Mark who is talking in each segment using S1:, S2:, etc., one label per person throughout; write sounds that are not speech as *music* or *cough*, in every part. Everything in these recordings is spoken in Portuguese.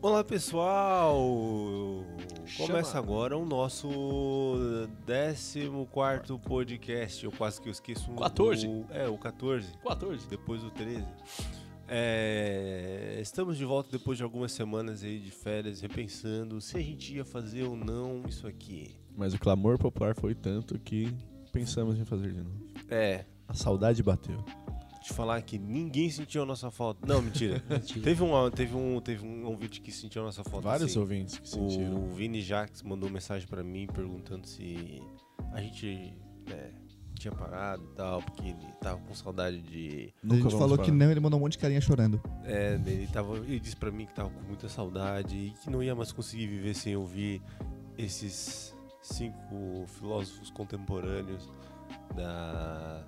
S1: Olá pessoal!
S2: Chama.
S1: Começa agora o nosso 14 podcast. Eu quase que eu esqueço o.
S2: 14?
S1: o- é, o 14,
S2: 14.
S1: depois o 13. É, estamos de volta depois de algumas semanas aí de férias, repensando se a gente ia fazer ou não isso aqui.
S3: Mas o clamor popular foi tanto que pensamos em fazer de novo.
S1: É,
S3: A saudade bateu.
S1: te falar que ninguém sentiu a nossa falta. Não, mentira. teve, um, teve, um, teve um ouvinte que sentiu a nossa falta.
S3: Vários
S1: sim.
S3: ouvintes que sentiram.
S1: O Vini Jax mandou mensagem pra mim perguntando se a gente né, tinha parado e tal, porque ele tava com saudade de.
S3: Nunca
S4: a gente
S3: vamos
S4: falou
S3: parar.
S4: que não, ele mandou um monte de carinha chorando.
S1: É, ele, tava, ele disse pra mim que tava com muita saudade e que não ia mais conseguir viver sem ouvir esses cinco filósofos contemporâneos da,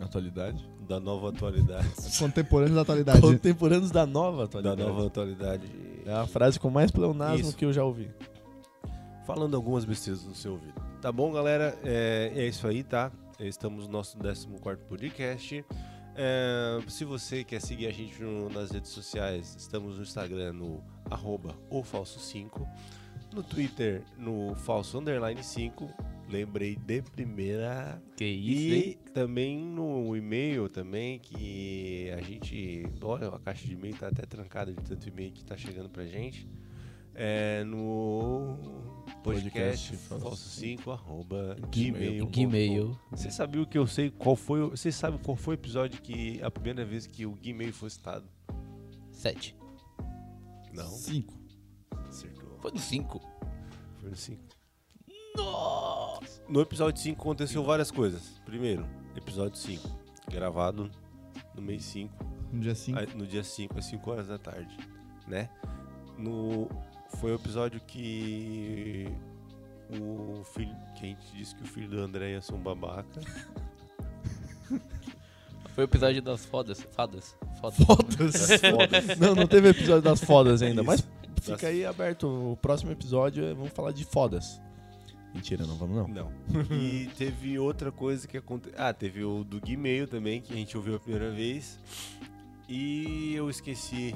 S3: Atualidade.
S1: da nova atualidade.
S4: Contemporâneo da atualidade.
S3: Tá, Contemporâneos da nova
S1: da
S3: atualidade.
S1: nova atualidade.
S3: É a frase com mais pleonasmo
S1: Isso.
S3: que eu já ouvi.
S1: falando algumas besteiras no seu ouvido. Tá bom, galera? É, é isso aí, tá? Estamos no nosso 14 podcast. É, se você quer seguir a gente no- nas redes sociais, estamos no Instagram no arroba o falso 5, no Twitter no falso underline 5, lembrei de primeira,
S2: Que
S1: e também no e-mail também, que a gente. Olha, a caixa de e-mail tá até trancada de tanto e-mail que tá chegando pra gente. É no podcast,
S3: Podcast
S1: falso 5 arroba gmail.
S3: Gmail.
S2: Gmail.
S1: Você sabia o que eu sei? Qual foi? o- Você sabe qual foi o episódio que a primeira vez que o Gmail foi citado?
S2: 7.
S1: Não,
S3: Cinco.
S1: acertou.
S2: Foi do 5.
S1: Foi no 5. Nossa! No episódio 5 aconteceu várias coisas. Primeiro, episódio 5, gravado no mês 5.
S4: No Um dia 5.
S1: Aí, no dia 5, às 5 horas da tarde, né? No, foi o episódio que o filho, que a gente disse que o filho do André ia ser um *laughs* babaca.
S2: Foi o episódio das fodas. Fadas. Fodas.
S3: Fodas. *laughs* não, não teve episódio das fodas ainda, *laughs*
S1: Isso.
S3: mas
S1: Das-
S3: fica aí aberto. O próximo episódio é- vamos falar de fodas. Mentira, não vamos não.
S1: Não.
S3: *laughs*
S1: E teve outra coisa que aconteceu. Ah, teve o do Gmail também, que a gente ouviu a primeira vez. E eu esqueci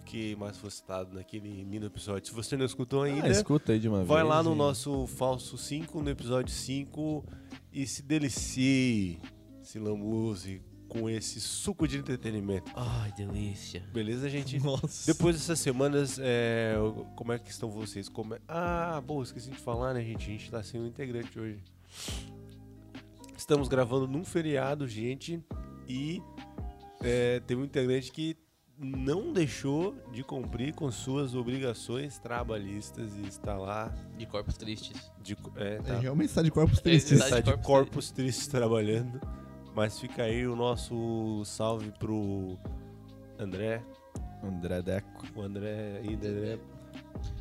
S1: o que mais foi citado naquele mini episódio. Se você não escutou ainda,
S3: Ah, escuta aí de uma
S1: vai
S3: vez.
S1: lá no
S3: e-
S1: nosso falso 5, no episódio 5, e se delicie, se lambuze com esse suco de entretenimento.
S2: Ai, delícia.
S1: Beleza,
S3: *laughs*
S1: gente?
S3: Nossa.
S1: Depois dessas semanas, é, o- como é que estão vocês? Como é- Ah, bom, esqueci de falar, né, gente? A gente tá sem um integrante hoje. Estamos gravando num feriado, gente, e é, tem um integrante que não deixou de cumprir com suas obrigações trabalhistas e está lá
S2: De corpos tristes.
S1: de, co- é,
S4: É,
S1: tá,
S4: realmente está de corpos tristes.
S2: Ele
S1: está de
S2: corpos
S1: corpos tristes trabalhando. Mas fica aí o nosso salve pro André,
S3: André Deco,
S1: o André e André.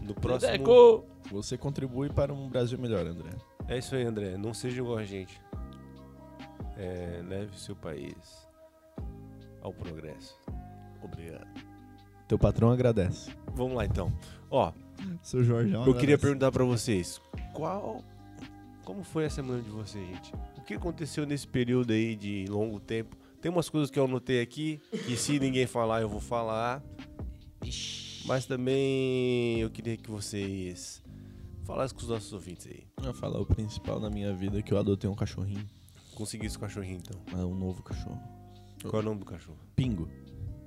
S1: No próximo.
S2: Próximo.
S3: você contribui para um Brasil melhor, André.
S1: É isso aí, André. Não seja igual a gente. É, leve seu país ao progresso. Obrigado.
S3: Teu patrão agradece.
S1: Vamos lá então. Ó,
S4: Seu né, Jorge.
S1: eu queria perguntar pra vocês, qual como foi a semana de vocês, gente? O que aconteceu nesse período aí de longo tempo? Tem umas coisas que eu anotei aqui que se ninguém falar eu vou falar,
S2: Ixi.
S1: mas também eu queria que vocês falassem com os nossos ouvintes aí.
S3: Eu falar o principal na minha vida é que eu adotei um cachorrinho,
S1: Conseguisse o cachorrinho então.
S3: ah, um novo cachorro.
S1: Qual é o nome do cachorro?
S3: Pingo.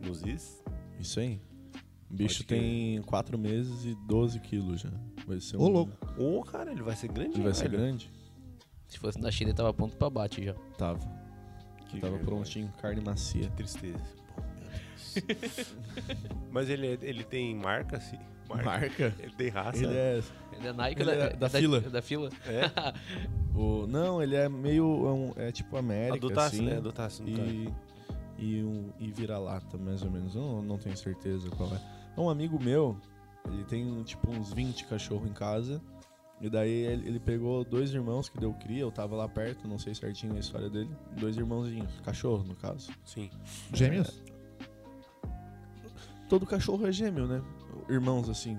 S1: Luzis?
S3: Isso aí. O bicho
S1: Pode crer.
S3: tem 4 meses e 12 quilos já. Vai ser
S4: Ô,
S3: um-
S4: louco.
S1: Ô, cara, ele vai ser grande,
S3: Ele vai ser
S1: velho.
S3: grande?
S2: Se fosse na China, tava ponto pra bate já.
S3: Tava.
S1: Que
S3: Tava
S1: vergonha.
S3: prontinho, carne macia.
S1: Tristeza. Pô, meu Deus.
S3: *laughs*
S1: Mas ele, é- ele tem marca, assim?
S3: Marca?
S1: Ele tem raça?
S3: Ele é.
S2: É da Nike
S3: Ele
S2: ou
S3: é da fila.
S2: é da fila?
S1: É?
S3: O... Não, ele é meio. É, um- é tipo América.
S1: Adotasse,
S3: assim,
S1: né? Adotasse no caso.
S3: e, e, um, e vira-lata, mais ou menos. Eu não, não tenho certeza qual é. É Um amigo meu, ele tem tipo uns 20 cachorros em casa. E daí ele, ele pegou dois irmãos que deu cria, eu tava lá perto, não sei certinho a história dele. Dois irmãozinhos, cachorro no caso.
S1: Sim.
S4: Gêmeos?
S3: Todo cachorro é gêmeo, né? Irmãos assim.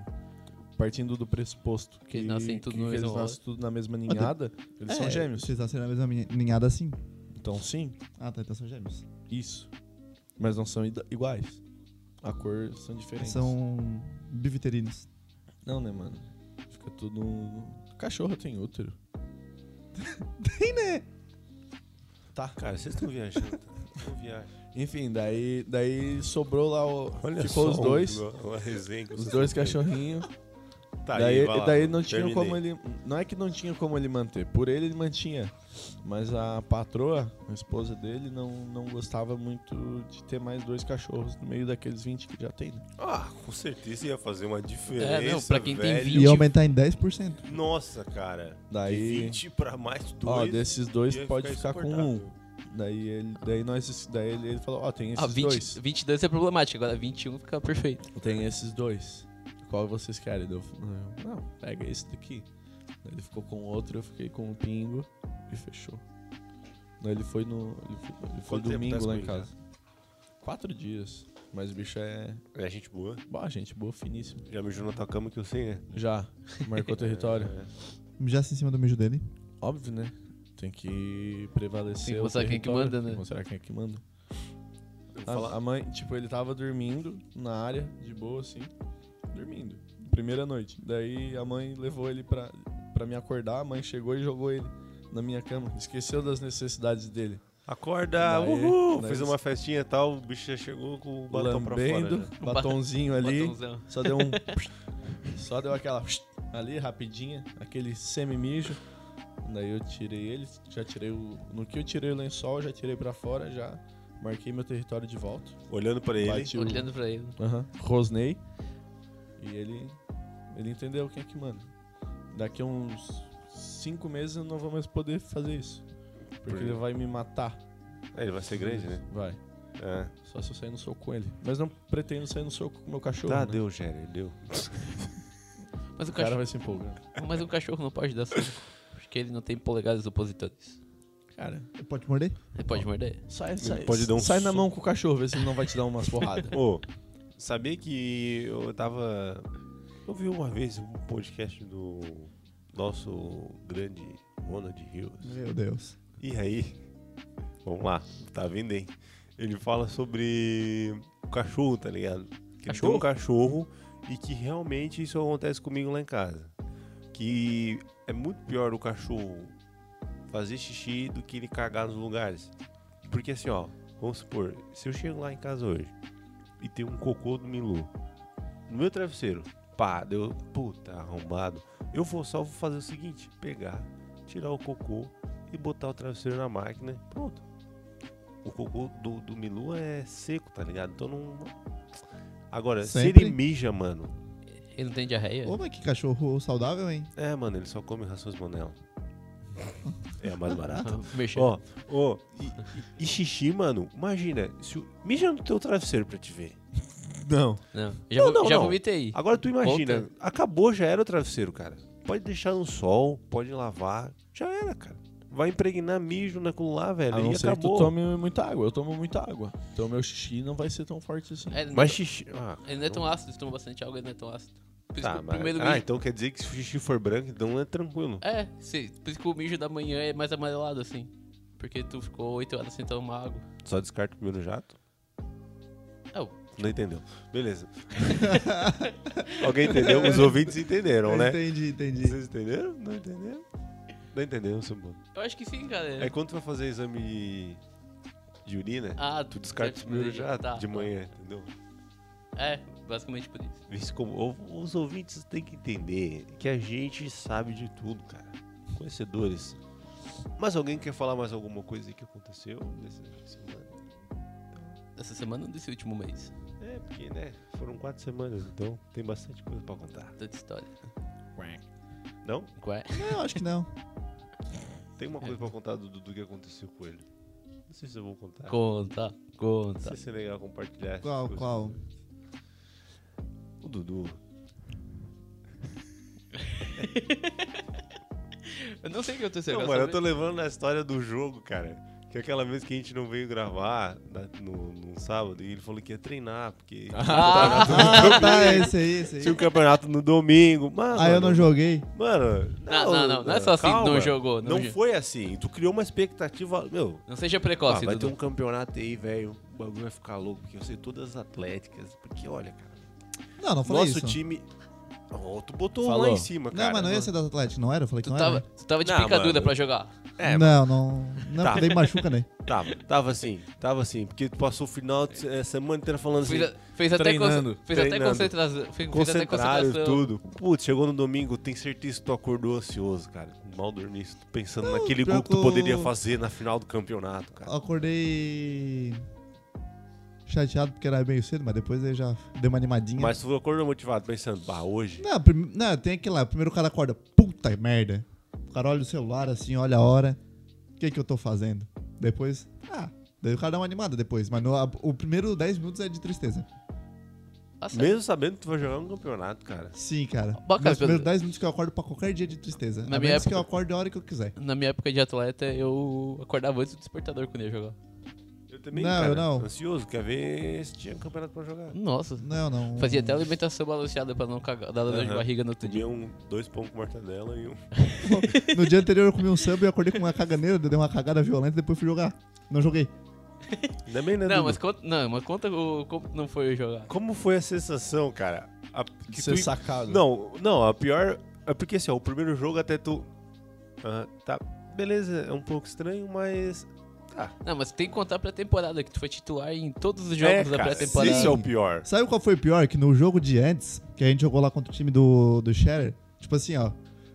S3: Partindo do pressuposto que,
S2: eles nascem tudo
S3: que
S2: no
S3: eles
S2: mesmo
S3: nascem tudo na mesma ninhada, eles são
S4: É,
S3: gêmeos.
S4: Vocês nasceram na mesma minha- ninhada assim?
S3: Então sim,
S4: Ah, tá, então são gêmeos.
S3: isso. Mas não são ida- iguais. A cor são diferentes.
S4: São biviterinos.
S3: Não, né, mano? Fica tudo. um- Cachorro tem útero.
S1: Tá. Cara, vocês estão viajando. Não viaja.
S3: Enfim, daí, daí sobrou lá o. ficou os
S1: só
S3: dois.
S1: um- Uma resenha que
S3: Os
S1: vocês
S3: dois
S1: estão tendo.
S3: cachorrinhos.
S1: Tá,
S3: daí
S1: aí, vai lá.
S3: daí não tinha
S1: Terminei.
S3: como ele. Não é que não tinha como ele manter. Por ele ele mantinha. Mas a patroa, a esposa dele, não, não gostava muito de ter mais dois cachorros no meio daqueles 20 que já tem, né?
S1: Ah, com certeza ia fazer uma diferença.
S2: É, não, pra quem tem
S1: velho.
S2: E
S4: E
S2: o-
S4: ia aumentar em 10%.
S1: Nossa, cara. De
S3: Daí.
S1: 20 pra mais dois.
S3: Ó, desses dois
S1: ia
S3: pode ficar com um.
S1: insuportável.
S3: Daí ele, daí nós, daí ele, ele falou, ó, tem esses
S2: Ah, 20,
S3: dois.
S2: 22 é problemático, agora 21 fica perfeito.
S3: Tem esses dois. Qual vocês querem? Daí Eu, falei, não, pega esse daqui. Daí ele ficou com outro, eu fiquei com o pingo e fechou. Daí ele foi no. Ele foi, ele foi
S1: Quanto tempo tá
S3: domingo
S1: essa
S3: lá em
S1: coisa
S3: casa. Quatro dias. Mas o bicho é.
S1: É gente boa.
S3: Boa, gente, boa, finíssima.
S1: Já mijou na tua cama que eu sei, né?
S3: Já.
S1: *laughs*
S3: Marcou território.
S1: É.
S4: Mijasse assim em cima do mijo dele.
S3: Óbvio, né? Tem que prevalecer.
S2: Tem que
S3: o
S2: mostrar quem é que
S3: território,
S2: manda,
S3: tem que
S2: né?
S3: Mostrar quem é que manda.
S1: Eu vou
S3: A,
S1: falar-
S3: a mãe, tipo, ele tava dormindo na área, de boa, assim, dormindo. Primeira noite. Daí a mãe levou ele pra, pra me acordar, a mãe chegou e jogou ele na minha cama. Esqueceu das necessidades dele.
S1: Acorda,
S3: Daí-
S1: uhul!
S3: daí
S1: Fez
S3: eles-
S1: uma festinha e tal, o bicho já chegou com o batom
S3: Lambendo,
S1: pra fora. né?
S2: já.
S1: *laughs*
S3: batonzinho ali.
S2: Batonzão.
S3: Só deu um. só deu aquela. ali, rapidinha, aquele semi-mijo. Daí eu tirei ele, já tirei o. No que eu tirei o lençol, já tirei pra fora, já marquei meu território de volta.
S1: Já. Olhando pra ele.
S3: Bati o-
S2: Olhando pra ele.
S3: Aham. Rosnei. E ele. Ele entendeu quem é que manda. Daqui a uns cinco meses eu não vou mais poder fazer isso. Porque
S1: Por-
S3: ele vai me matar.
S1: É, ele vai ser grande, né?
S3: Vai.
S1: É.
S3: Só se eu sair no soco com ele. Mas não pretendo sair no soco com o meu cachorro.
S1: Tá,
S3: né?
S1: deu, Jerry, deu.
S2: Mas o,
S3: O cara
S2: cachorro,
S3: vai se empolgar.
S2: mas o cachorro não pode dar soco. Porque ele não tem polegadas opositores.
S3: Cara,
S4: Pode morder?
S2: Ele pode morder.
S3: sai, sai.
S1: pode dar um
S3: sai na
S1: soco.
S3: mão com o cachorro, vê se ele não vai te dar umas *laughs* porradas.
S1: Ô, sabia que eu tava. Eu vi uma vez um podcast do nosso grande Ronald Hills.
S4: Meu Deus.
S1: E aí? Vamos lá, tá vindo, hein? Ele fala sobre o cachorro, tá ligado? Que ele tem um
S2: Cachorro?
S1: cachorro e que realmente isso acontece comigo lá em casa. Que é muito pior o cachorro fazer xixi do que ele cagar nos lugares. Porque assim, ó, vamos supor, se eu chego lá em casa hoje e tem um cocô do Milu no meu travesseiro, pá, deu puta arrombado. Eu vou só vou fazer o seguinte: pegar, tirar o cocô e botar o travesseiro na máquina, pronto. O cocô do, do Milu é seco, tá ligado? Então não. Agora, se
S4: Sempre.
S1: ele mija, mano.
S2: Ele não tem diarreia.
S4: Ô, mas que cachorro saudável, hein?
S1: É, mano, ele só come rações Bonella. É a mais
S2: Ah,
S1: barata.
S2: *laughs* Mexer.
S1: Ó, ó, e, e xixi, mano, imagina, se o, mija no teu travesseiro pra te ver.
S3: Não.
S2: Não, já,
S1: Não,
S2: vo-
S1: não,
S2: já
S1: não.
S2: vomitei.
S1: Agora tu imagina, acabou, já era o travesseiro, cara. Pode deixar no sol, pode lavar, já era, cara. Vai impregnar mijo naquilo lá, velho,
S3: A
S1: e
S3: não ser que tu
S1: acabou.
S3: tome muita água. Eu tomo muita água. Então meu xixi não vai ser tão forte assim.
S2: É, ele não
S1: Mas
S2: é
S1: xixi... Ah,
S2: tão- ele não é tão ácido, se toma bastante água, ele não é tão ácido. Por isso
S1: tá,
S2: que o
S1: mas...
S2: primeiro
S1: ah,
S2: mijo-
S1: então quer dizer que se o xixi for branco, então é tranquilo.
S2: É, sim, por isso que o mijo da manhã é mais amarelado, assim. Porque tu ficou 8 horas sem tomar água.
S1: Só descarta o primeiro jato.
S2: É, o-
S1: Não entendeu.
S2: *laughs*
S1: Beleza. Alguém entendeu? Os ouvintes entenderam, né?
S4: Entendi, entendi.
S1: Vocês entenderam? Não entenderam? Não entenderam, seu mano.
S2: eu acho que sim, cara.
S1: É quando tu vai fazer exame de urina,
S2: Ah,
S1: tu descarta
S2: deve-
S1: os primeiros já
S2: tá,
S1: de
S2: tá.
S1: manhã, entendeu?
S2: É, basicamente por isso.
S1: Vê se como- o- Os ouvintes têm que entender que a gente sabe de tudo, cara. Conhecedores. Mas alguém quer falar mais alguma coisa aí que aconteceu nessa semana?
S2: Essa semana ou desse último mês?
S1: É, porque, né? Foram quatro semanas, então tem bastante coisa pra contar.
S2: Tanta história. é?
S1: Não? *laughs*
S2: Ué.
S4: Não, acho que não.
S1: Tem uma coisa pra contar do Dudu que aconteceu com ele. Não sei se eu vou contar.
S2: Conta,
S1: Não
S2: conta.
S1: sei se é legal compartilhar. essas
S4: Qual,
S1: coisas.
S4: qual?
S1: O Dudu.
S2: Eu não sei o que aconteceu.
S1: Não,
S2: quero
S1: mano, eu tô
S2: saber.
S1: levando na história do jogo, cara. Que aquela vez que a gente não veio gravar na- no, no sábado e ele falou que ia treinar,
S2: *laughs*
S1: porque
S2: Ah,
S4: Ah, tá, esse aí, esse
S1: tinha o
S4: aí.
S1: campeonato no domingo. Mas,
S4: Ah, eu
S1: mano,
S4: não joguei.
S1: Mano,
S2: Não, não, não, não é só assim,
S1: calma.
S2: não jogou,
S1: Não,
S2: não jo-
S1: foi assim. Tu criou uma expectativa. Meu,
S2: não seja
S1: ah,
S2: precoce,
S1: vai ter
S2: Dudu.
S1: um campeonato aí, velho. O bagulho vai ficar louco, porque eu sei todas as atléticas. Porque olha, cara.
S4: Não, não falei
S1: Nosso
S4: isso.
S1: time. Ó, tu botou um
S3: Falou.
S1: lá em cima,
S4: não,
S1: cara.
S4: mas não ia ser da Atlético, não era? Eu falei que
S2: Tu
S4: não
S2: tava,
S4: era. né?
S2: tu tava de
S1: Não,
S2: picadura
S1: mano.
S2: pra jogar.
S1: É,
S4: não, não. Não,
S1: Tá.
S4: porque daí machuca,
S2: *laughs*
S4: né?
S1: tava, tava assim, tava assim. Porque tu passou o final de se- semana inteira falando assim.
S2: Fez, a- fez até,
S3: Treinando,
S2: con- fez até
S1: treinando.
S2: concentração. Fez, fez até
S1: Concentrado e
S2: concentração.
S1: tudo. Putz, chegou no domingo, tem certeza que tu acordou ansioso, cara. Mal dormiste, pensando naquele
S4: pior
S1: gol que tu
S4: que eu-
S1: poderia fazer na final do campeonato, cara.
S4: Eu acordei chateado porque era meio cedo, mas depois aí já deu uma animadinha.
S1: Mas tu acordou motivado, pensando, bah, hoje.
S4: Não, prim- não, tem aquele lá. Primeiro o cara acorda, puta merda. O cara olha o celular assim, olha a hora. O que que eu tô fazendo? Depois, ah, daí o cara dá uma animada depois. Mas no- a- o primeiro 10 minutos é de tristeza.
S2: Ah, sério?
S1: Mesmo sabendo que tu vai jogar um campeonato, cara.
S4: Sim, cara.
S2: Bacana,
S4: Nos primeiros
S2: Pedro.
S4: 10 minutos que eu acordo pra qualquer dia é de tristeza.
S2: Na
S4: a
S2: minha
S4: menos que
S2: época-
S4: eu acorde a hora que eu quiser.
S2: Na minha época de atleta, eu acordava antes do despertador quando ia jogar.
S1: Eu também,
S4: Não,
S1: cara,
S4: eu não.
S1: ansioso, quer ver se tinha um campeonato pra jogar.
S2: Nossa.
S4: Não, não.
S2: Fazia até alimentação balanceada pra não cagar, dar dor de
S1: Aham.
S2: barriga no outro dia.
S1: Comia um, dois pão com mortadela e um...
S4: No dia anterior eu comi um samba e acordei com uma caganeira, dei uma cagada violenta e depois fui jogar. Não joguei.
S1: Ainda bem, né,
S2: Não,
S1: Dudu?
S2: mas conta, não, mas conta o, como não foi jogar.
S1: Como foi a sensação, cara? A- que
S3: De ser
S1: tu-
S3: sacado.
S1: Não, não, a pior... É porque, assim, ó, o primeiro jogo até tu... Ah, tá, beleza, é um pouco estranho, mas... Tá,
S2: Não, mas tem que contar pra temporada, que tu foi titular em todos os jogos da pré-temporada.
S1: Isso é o pior.
S4: Sabe qual foi o pior? Que no jogo de antes, que a gente jogou lá contra o time do, do Scherer, tipo assim, ó.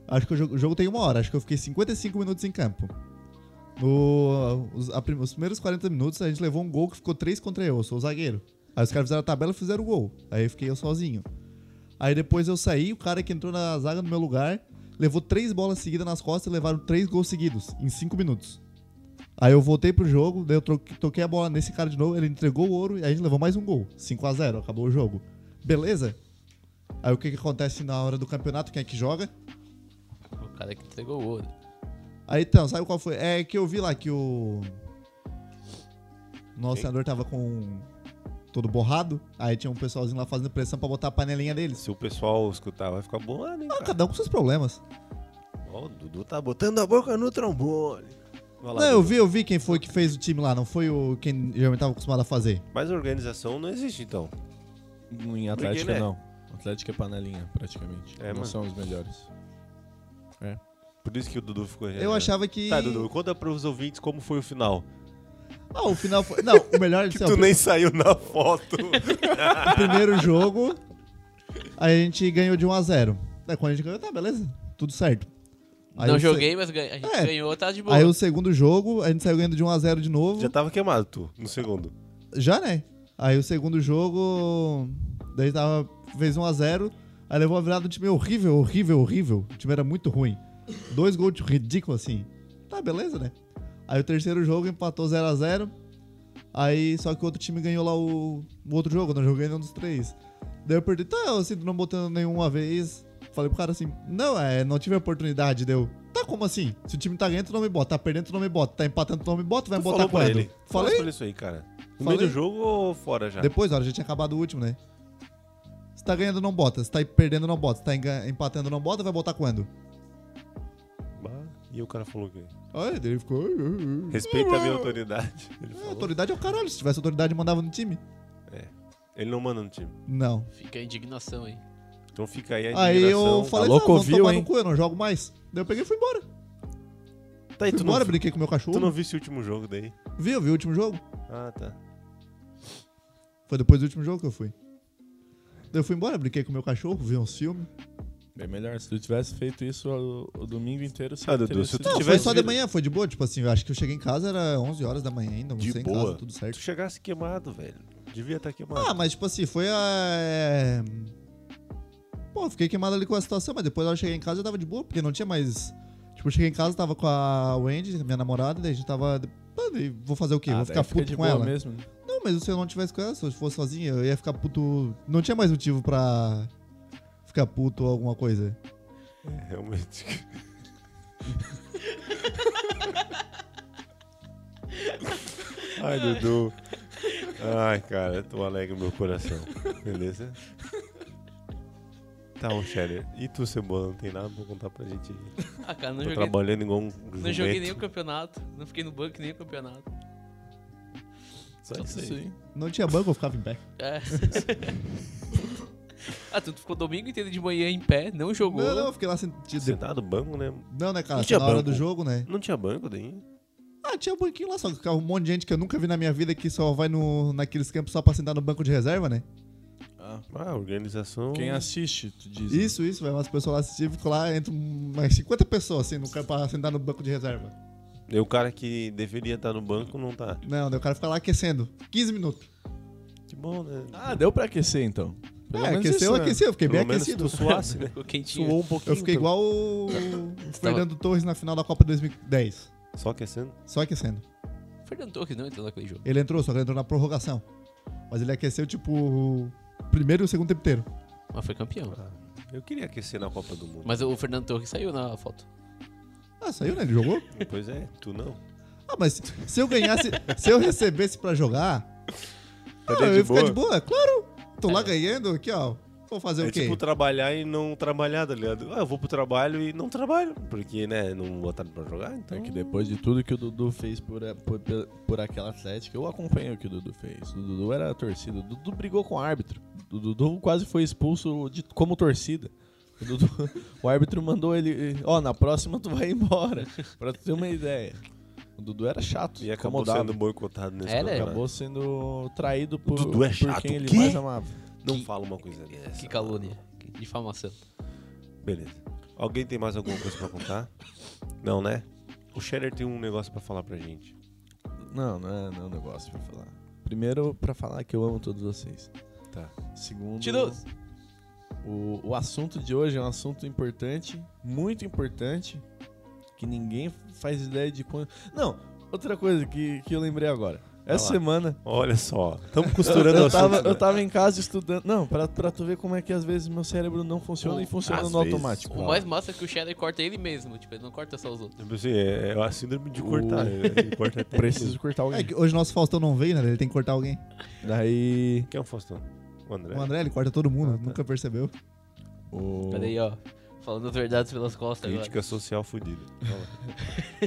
S4: Acho que o jogo, o jogo tem uma hora, acho que eu fiquei 55 minutos em campo. No, os, a prim- os primeiros 40 minutos a gente levou um gol que ficou 3 contra eu, eu sou o zagueiro. Aí os caras fizeram a tabela e fizeram o gol. Aí eu fiquei eu sozinho. Aí depois eu saí, o cara que entrou na zaga no meu lugar levou três bolas seguidas nas costas e levaram três gols seguidos em cinco minutos. Aí eu voltei pro jogo, daí eu tro- toquei a bola nesse cara de novo, ele entregou o ouro e aí a gente levou mais um gol. 5 a 0 acabou o jogo. Beleza? Aí o que, que acontece na hora do campeonato? Quem é que joga?
S2: O cara que entregou o ouro.
S4: Aí então, sabe qual foi? É que eu vi lá que o. Nosso
S1: Quem?
S4: senador tava com. todo borrado. Aí tinha um pessoalzinho lá fazendo pressão pra botar a panelinha deles.
S1: Se o pessoal escutar, vai ficar bolado, hein,
S4: Ah,
S1: cara?
S4: cada um com seus problemas.
S1: Ó, o Dudu tá botando a boca no trombone. Vai lá,
S4: não, eu
S1: Dudu.
S4: vi, eu vi quem foi que fez o time lá, não foi o quem geralmente tava acostumado a fazer.
S1: Mas organização não existe, então.
S3: Em Atlética,
S1: Porque, né?
S3: não. Atlética é panelinha, praticamente.
S1: É,
S3: não
S1: mano.
S3: são os melhores.
S1: Por isso que o Dudu ficou...
S4: Eu achava que.
S1: Tá, Dudu, conta pros ouvintes como foi o final.
S4: Ah, o final foi. Não, o
S1: *laughs*
S4: melhor
S1: Que
S4: assim, ó,
S1: tu
S4: o
S1: nem saiu na
S4: *laughs*
S1: foto.
S4: primeiro jogo. A gente ganhou de 1 a 0 Daí quando a gente ganhou, tá, beleza. Tudo certo. Aí
S2: não
S4: o se-
S2: joguei, mas ganhei. A gente
S4: É.
S2: ganhou, tá de boa.
S4: Aí o segundo jogo, a gente saiu ganhando de 1x0 de novo.
S1: Já
S4: Já,
S1: tava queimado, tu, no segundo.
S4: né? Aí o segundo jogo. Daí tava. Fez 1x0. Aí levou a virada do time horrível, horrível, horrível. O time era muito ruim. Dois gols de ridículo assim. Tá, beleza, né? Aí o terceiro jogo empatou 0x0. Aí só que o outro time ganhou lá o, o outro jogo, eu não joguei nenhum dos três. Daí eu perdi, tá, eu assim, não botando nenhuma vez. Falei pro cara assim, não, é, não tive oportunidade, deu. Tá como assim? Se o time tá ganhando, tu não me bota. Tá perdendo, tu não me bota. Tá empatando, tu não me bota. Vai
S1: Tu
S4: botar
S1: falou pra
S4: quando?
S1: ele. Fala
S4: Falei?
S1: pra ele isso aí, cara. No
S4: Falei.
S1: meio do jogo ou fora já?
S4: Depois, olha, já tinha acabado o último, né? Se tá ganhando, não bota. Se tá perdendo, não bota. Se tá engan- empatando, não bota. Vai botar quando?
S1: Bah, E o cara falou o quê?
S4: Aí daí ele ficou...
S1: Respeita a minha autoridade. *laughs* Ele
S4: É,
S1: falou.
S4: autoridade é o caralho. Se tivesse autoridade, mandava no time.
S1: Ele não manda no time.
S4: Não.
S2: Fica a indignação aí.
S1: Então fica aí a
S4: Aí eu
S1: indignação.
S4: falei,
S3: Alô,
S4: não, vamos
S3: Covil,
S4: tomar
S3: hein?
S4: no cu, eu não jogo mais. Daí eu peguei e fui embora.
S1: Tá, e
S4: Fui
S1: tu não,
S4: embora, brinquei com meu cachorro.
S1: tu não viu esse último jogo daí?
S4: Viu, viu o último jogo?
S1: Ah, tá.
S4: Foi depois do último jogo que eu fui. Daí Eu fui embora, brinquei com meu cachorro, vi um uns filmes.
S3: Bem melhor. Se tu tivesse feito isso o, o domingo inteiro, você
S1: Ah, Dudu,
S3: teria
S1: se
S3: sido-
S1: tu
S4: Não, foi
S1: tivesse
S4: só de
S1: vindo-
S4: manhã, foi de boa. Tipo assim, eu acho que eu cheguei em casa, era 11 horas da manhã ainda,
S1: De
S4: almocei em
S1: boa.
S4: casa, tudo
S1: tu
S4: certo.
S1: chegasse queimado, velho. Devia estar queimado.
S4: Ah, mas tipo assim, foi a... é, Pô, eu fiquei queimado ali com a situação, mas depois eu cheguei em casa eu tava de boa, porque não tinha mais... Tipo, eu cheguei em casa, tava com a Wendy, minha namorada, daí a gente tava... Ah, daí Vou fazer o quê?
S3: Ah,
S4: Vou
S3: daí
S4: ficar
S3: fica
S4: puto
S3: de
S4: com
S3: boa
S4: ela?
S3: mesmo. né?
S4: Não, mas se eu não tivesse com ela, se eu fosse sozinho, eu ia ficar puto. Não tinha mais motivo pra ficar puto ou alguma coisa. Ah.
S1: É,
S4: *laughs*
S1: Realmente. Ai, Dudu. Ai, cara, tu alegra o meu coração. Beleza? Tá, ô Scheller. E tu, Cebola, não tem nada pra contar pra gente? aí?
S2: Ah, cara, não
S1: Tô
S2: joguei.
S1: trabalhando igual um
S2: Não joguei nem o
S1: jumento.
S2: campeonato. Não fiquei no banco nem o campeonato.
S1: Só isso aí.
S4: Não tinha banco, eu ficava em pé.
S2: É. Ah, tu ficou domingo inteiro de manhã em pé, não jogou.
S4: Não, não, eu fiquei lá sentido.
S1: Sentado, banco, né?
S4: Não, né, cara?
S1: Não tinha
S4: Na hora
S1: banco.
S4: do jogo, né?
S1: Não tinha banco daí?
S4: Ah, tinha um banquinho lá, só que ficava um monte de gente que eu nunca vi na minha vida que só vai no, naqueles campos só pra sentar no banco de reserva, né?
S3: Ah,
S1: Ah, organização.
S3: Quem é? assiste, tu diz. né?
S4: Isso, isso, vai umas pessoas lá assistir, ficou lá, entra umas 50 pessoas assim no campo pra sentar no banco de reserva.
S1: E o cara que deveria estar no banco não tá.
S4: Não, daí o cara fica lá aquecendo. 15 minutos.
S1: Que bom, né?
S3: Ah, deu pra aquecer então. Pelo
S4: é,
S3: menos
S4: aqueceu,
S3: isso, né?
S4: aqueceu, eu fiquei
S1: Pelo
S4: bem
S1: menos
S4: aquecido.
S1: tu suasse,
S4: *laughs*
S1: né?
S2: Ficou quentinho.
S1: Suou um pouquinho.
S4: Eu fiquei
S1: pelo-
S4: igual o o Fernando Torres na final da Copa 2010.
S1: Só aquecendo.
S4: Só aquecendo.
S2: Fernando Torres não entrou naquele jogo.
S4: Ele entrou, só que ele entrou na prorrogação. Mas ele aqueceu, tipo, o primeiro e o segundo tempo inteiro.
S2: Mas foi campeão.
S1: Eu queria aquecer na Copa do Mundo.
S2: Mas o Fernando Torres saiu na foto.
S4: Ah, saiu, né? Ele jogou?
S1: Pois é, tu não.
S4: Ah, mas se eu ganhasse, *laughs* se eu recebesse pra jogar, ah,
S1: Tá
S4: eu
S1: de
S4: ia
S1: boa?
S4: ficar de boa, claro. Tô lá ganhando aqui, ó. Vou fazer
S1: É
S4: o quê?
S1: tipo trabalhar e não trabalhar, tá ligado? Ah, eu vou pro trabalho e não trabalho. Porque, né, não botaram pra jogar, então.
S3: É que depois de tudo que o Dudu fez por, eh, por, por aquela Atlética, eu acompanhei o que o Dudu fez. O Dudu era a torcida. O Dudu brigou com o árbitro. O Dudu quase foi expulso de, como torcida. O, Dudu- *laughs* o árbitro mandou ele. eh, Ó, na próxima tu vai embora. *laughs* Pra tu ter uma ideia. O Dudu era chato.
S1: E acabou
S3: incomodava. né?
S1: sendo boicotado nesse
S2: Era?
S1: campeonato.
S3: Acabou sendo traído por,
S1: Dudu é chato.
S3: por quem ele
S1: Quê?
S3: mais amava.
S1: Não fala uma coisa dessa.
S2: Que calúnia. Que difamação.
S1: Beleza. Alguém tem mais alguma coisa pra contar? Não, né? O Scherer tem um negócio pra falar pra gente.
S3: Não, não é, não é um negócio pra falar. Primeiro, pra falar que eu amo todos vocês.
S1: Tá.
S3: Segundo.
S2: Tiroso.
S3: O, o assunto de hoje é um assunto importante, muito importante, que ninguém faz ideia de quando. Não, outra coisa que, que eu lembrei agora. Essa
S1: lá.
S3: semana.
S1: Olha só. Estamos
S3: Eu,
S1: costurando o assunto,
S3: tava,
S1: né?
S3: eu tava em casa estudando. Não, pra, pra tu ver como é que às vezes meu cérebro não funciona
S2: Ou-
S3: e funciona
S1: às
S3: no
S1: vezes.
S3: automático.
S2: O mais massa é que o Shadow corta ele mesmo. Tipo, ele não corta só os outros.
S1: Tipo assim, é, é a síndrome de cortar.
S3: O-
S1: né? Ele corta até
S3: Preciso cortar
S2: *laughs*
S3: alguém.
S4: É que hoje nosso Faustão não veio, né? Ele tem que cortar alguém.
S3: Daí.
S1: Quem é o Faustão? O
S3: É.
S1: André.
S4: O André, ele corta todo
S3: Ah,
S4: mundo,
S3: tá.
S4: nunca percebeu.
S3: O...
S2: Peraí, ó. Falando as verdades pelas costas agora.
S1: Crítica social fudida.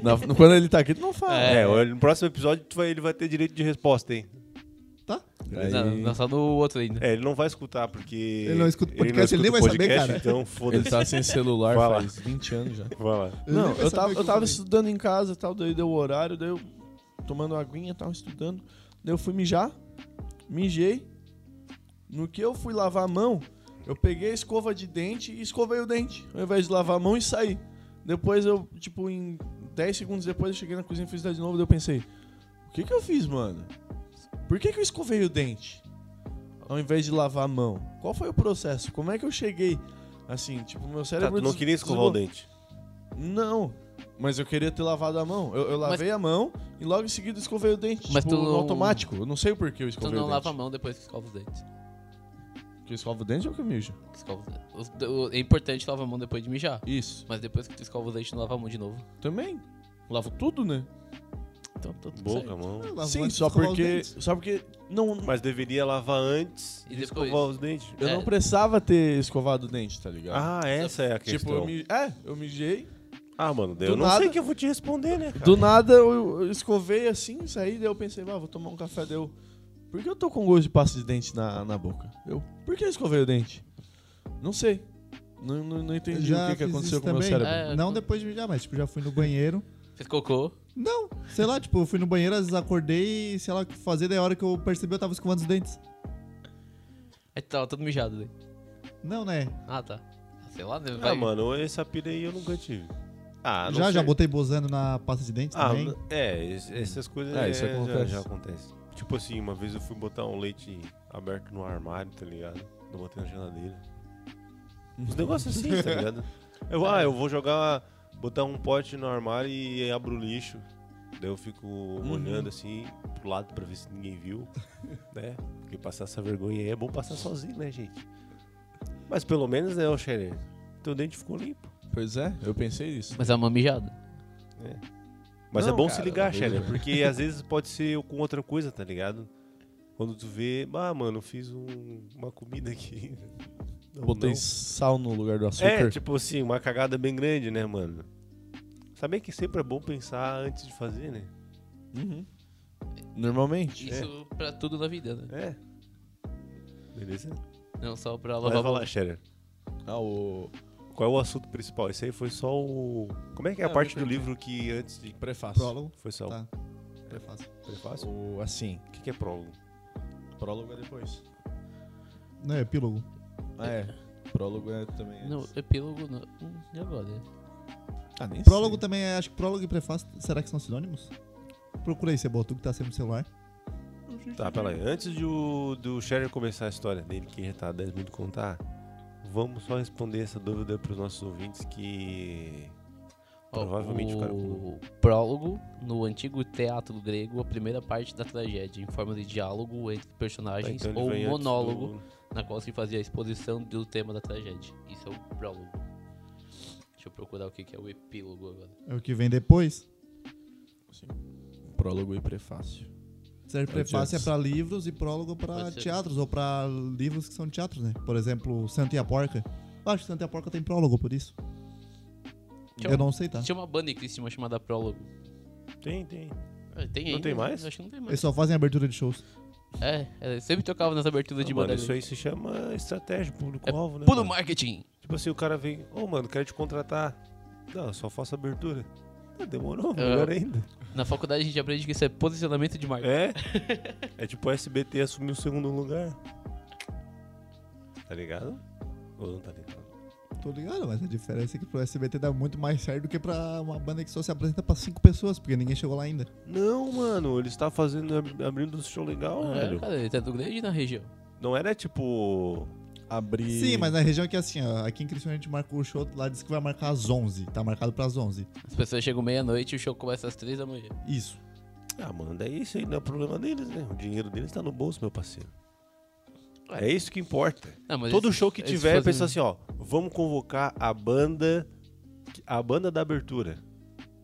S3: Na- quando ele tá aqui, tu não fala.
S2: É.
S1: É, olha, no próximo episódio tu vai- ele vai ter direito de resposta, hein?
S4: Tá?
S3: Daí-
S2: Não, não, só no outro ainda.
S1: É, ele não vai escutar porque.
S4: Ele não escuta o podcast, ele nem vai saber, cara.
S1: Então
S3: Ele
S1: foda-se.
S3: tá sem celular
S1: Fala.
S3: faz 20 anos já.
S1: Vai lá.
S4: Ele
S3: Não,
S4: nem vai
S3: eu
S4: saber
S3: tava,
S4: o que
S3: eu tava
S4: falei.
S3: estudando em casa e tal, daí deu o horário, daí eu tomando aguinha, tava estudando. Daí eu fui mijar, mijei. No que eu fui lavar a mão, eu peguei a escova de dente e escovei o dente, ao invés de lavar a mão e sair. Depois eu, tipo, em 10 segundos depois eu cheguei na cozinha e fiz isso de novo, daí eu pensei, o que que eu fiz, mano? Por que que eu escovei o dente? Ao invés de lavar a mão. Qual foi o processo? Como é que eu cheguei? Assim, tipo, meu
S1: Tá,
S3: cérebro...
S1: tu não
S3: des-
S1: queria escovar o
S3: desbloqueou.
S1: dente.
S3: Não, mas eu queria ter lavado a mão. Eu, eu lavei a mão e logo em seguida escovei o dente.
S2: Mas
S3: tipo,
S2: tu
S3: no
S2: não-
S3: automático. Eu não sei por que eu
S2: Tu
S3: escovei
S2: Então não
S3: o
S2: lava a
S3: dente.
S2: mão depois que escova os dentes.
S3: Que eu escovo o dente ou que eu mijo?
S2: Que escova os dentes. Os- o- É importante lavar a mão depois de mijar.
S3: Isso.
S2: Mas depois que tu escova os dentes, não lava a mão de novo.
S3: Também. Lavo tudo, né?
S2: Então, tá tudo
S1: Boca,
S2: certo.
S1: mão.
S4: Ah, lavou
S3: assim, Sim,
S4: antes de
S3: só
S4: escovar os
S3: porque.
S4: dentes.
S3: Só porque. Não,
S1: Mas deveria lavar antes
S2: E
S1: de
S2: depois?
S1: escovar os dentes.
S3: eu
S2: É.
S3: não precisava ter escovado o dente, tá ligado?
S1: Ah, essa é a
S3: tipo,
S1: questão.
S3: eu mi... é, eu mijei.
S1: Ah, mano, daí
S3: Do
S1: eu não
S3: nada-
S1: sei que eu vou te responder, né, cara?
S3: Do nada eu eu escovei assim, saí, daí eu pensei, ah, vou tomar um café, daí eu. Por que eu tô com gosto de pasta de dente na, na boca? Eu. Por que eu escovei o dente? Não sei. Não, não, não entendi
S4: Já
S3: o que, que
S4: fiz
S3: aconteceu
S4: isso
S3: com o meu
S4: também.
S3: cérebro.
S2: É,
S4: Não
S2: tu-
S4: depois de mijar, mas tipo, já fui no banheiro.
S2: Fez cocô.
S4: Não, sei lá, tipo, eu fui no banheiro, às vezes acordei e sei lá o que fazer, daí a hora que eu percebi eu tava escovando os dentes.
S2: Aí tu tava todo mijado daí.
S4: Não, né?
S2: Ah, tá. Sei lá, né?
S1: Ah,
S2: Vai...
S1: mano, essa pira aí eu nunca tive. Ah, não
S4: já,
S1: sei.
S4: já botei bozano na pasta de dentes
S1: Ah,
S4: também.
S1: n- é, es- essas coisas
S3: É,
S1: é,
S3: isso
S1: já-
S3: acontece.
S1: Já, acontece. Tipo assim, uma vez eu fui botar um leite aberto no armário, tá ligado? Eu botei na geladeira. Uns negócios assim,
S3: *laughs*
S1: tá ligado? Eu, ah, eu vou jogar, botar um pote no armário e abro o lixo. Daí eu fico
S3: Uhum.
S1: olhando assim pro lado pra ver se ninguém
S3: *laughs*
S1: viu, né? Porque passar essa vergonha aí é bom passar sozinho, né, gente? Mas pelo menos, né, ô Xerer? Teu dente ficou limpo.
S3: Pois é, eu pensei nisso.
S2: Mas é uma mijada.
S1: Mas
S3: Não,
S1: é bom se
S3: cara,
S1: ligar,
S3: não
S1: Shelly,
S3: vejo.
S1: porque às vezes pode ser com outra coisa, tá ligado? Quando tu vê, ah, mano, eu fiz um- uma comida aqui. *laughs* Não,
S3: Botei
S1: não.
S3: sal no lugar do açúcar.
S1: É, tipo assim, uma cagada bem grande, né, mano? Sabia que sempre é bom pensar antes de fazer, né?
S3: Uhum. Normalmente.
S2: Isso pra tudo na vida, né?
S1: É. Beleza?
S2: Não, só pra
S1: Mas
S2: lavar a
S1: vai
S2: mão.
S1: lá, Scherer.
S3: Ah, o
S1: Qual é o assunto principal? Esse aí foi só o. Como é que é a
S3: É,
S1: parte
S3: eu
S1: do
S3: entendi.
S1: livro que antes de.
S3: prefácio.
S4: Prólogo. é
S1: Foi só
S4: Tá.
S1: o
S4: Prefácio.
S1: prefácio?
S3: O, assim,
S1: O que que é prólogo?
S3: prólogo é depois.
S4: Não, é epílogo.
S3: Ah, é. Prólogo é também.
S2: Não,
S3: antes.
S2: epílogo não. Hum, E agora?
S3: Ah, nem
S4: Prólogo
S3: sei.
S4: também é. Acho que prólogo e prefácio. Será que são sinônimos? Procura aí, Cebola, tu que tá sempre no celular.
S1: Tá, pera aí. Antes de o, do Scherer começar a história dele, que já tá 10 minutos contar, vamos só responder essa dúvida pros nossos ouvintes que.
S2: Ó,
S1: Provavelmente ficaram
S2: o prólogo no antigo teatro grego, a primeira parte da tragédia, em forma de diálogo entre
S1: Tá,
S2: personagens
S1: então ele
S2: ou
S1: vem antes
S2: monólogo,
S1: do-
S2: na qual se fazia a exposição do tema da tragédia. Isso é o prólogo. Deixa eu procurar o que que é o epílogo agora.
S4: É o que vem depois. tá-
S3: Prólogo e prefácio.
S4: Serve
S3: É o
S4: prefácio é
S3: diante.
S4: pra livros e prólogo pra
S2: Pode ser.
S4: teatros, ou pra livros que são de teatros, né? Por exemplo, Santa e a Porca. Eu acho que Santa e a Porca tem prólogo, por isso.
S2: Tinha
S4: Eu
S2: uma-
S4: não sei, tá?
S2: Tinha uma banda em Criciúma chamada Prólogo.
S1: Tem, tem.
S2: Ah, Tem
S1: Não
S2: ainda,
S1: tem mais?
S2: Acho que não tem mais.
S4: Eles só fazem abertura de shows.
S2: É, ela sempre tocava nas aberturas de
S1: Ah, mano,
S2: banda.
S1: isso
S2: grande.
S1: aí se chama estratégia, público-alvo, né?
S2: Puro
S1: mano?
S2: marketing!
S1: Tipo assim, o cara vem, ô mano, quero te contratar. Não, eu só faço abertura. Ah, demorou, melhor
S2: *laughs*
S1: ainda.
S2: Na faculdade a gente aprende que isso é posicionamento de marketing.
S1: É? É tipo o SBT assumir o segundo lugar. Tá ligado? Ou não tá ligado?
S4: Tô ligado, mas a diferença é que pro SBT dá muito mais certo do que pra uma banda que só se apresenta pra cinco pessoas, porque ninguém chegou lá ainda.
S1: Não, mano, ele está fazendo, ab- abrindo um show legal,
S2: É,
S1: velho.
S2: cara, ele tá do grande na região.
S1: Não era tipo.
S3: Abrir.
S4: Sim, mas na região que é assim, ó, aqui em Criciúma a gente marcou o show, lá diz que vai marcar às 11, tá marcado pras 11.
S2: As pessoas chegam meia-noite e o show começa às três da manhã.
S4: Isso.
S1: Ah, mano, daí isso aí não é problema deles, né? O dinheiro deles tá no bolso, meu parceiro. É isso que importa.
S2: Não, mas
S1: Todo
S2: eles-
S1: show que
S2: eles
S1: tiver,
S2: fazem-
S1: pensa assim, ó, vamos convocar a banda a banda da abertura.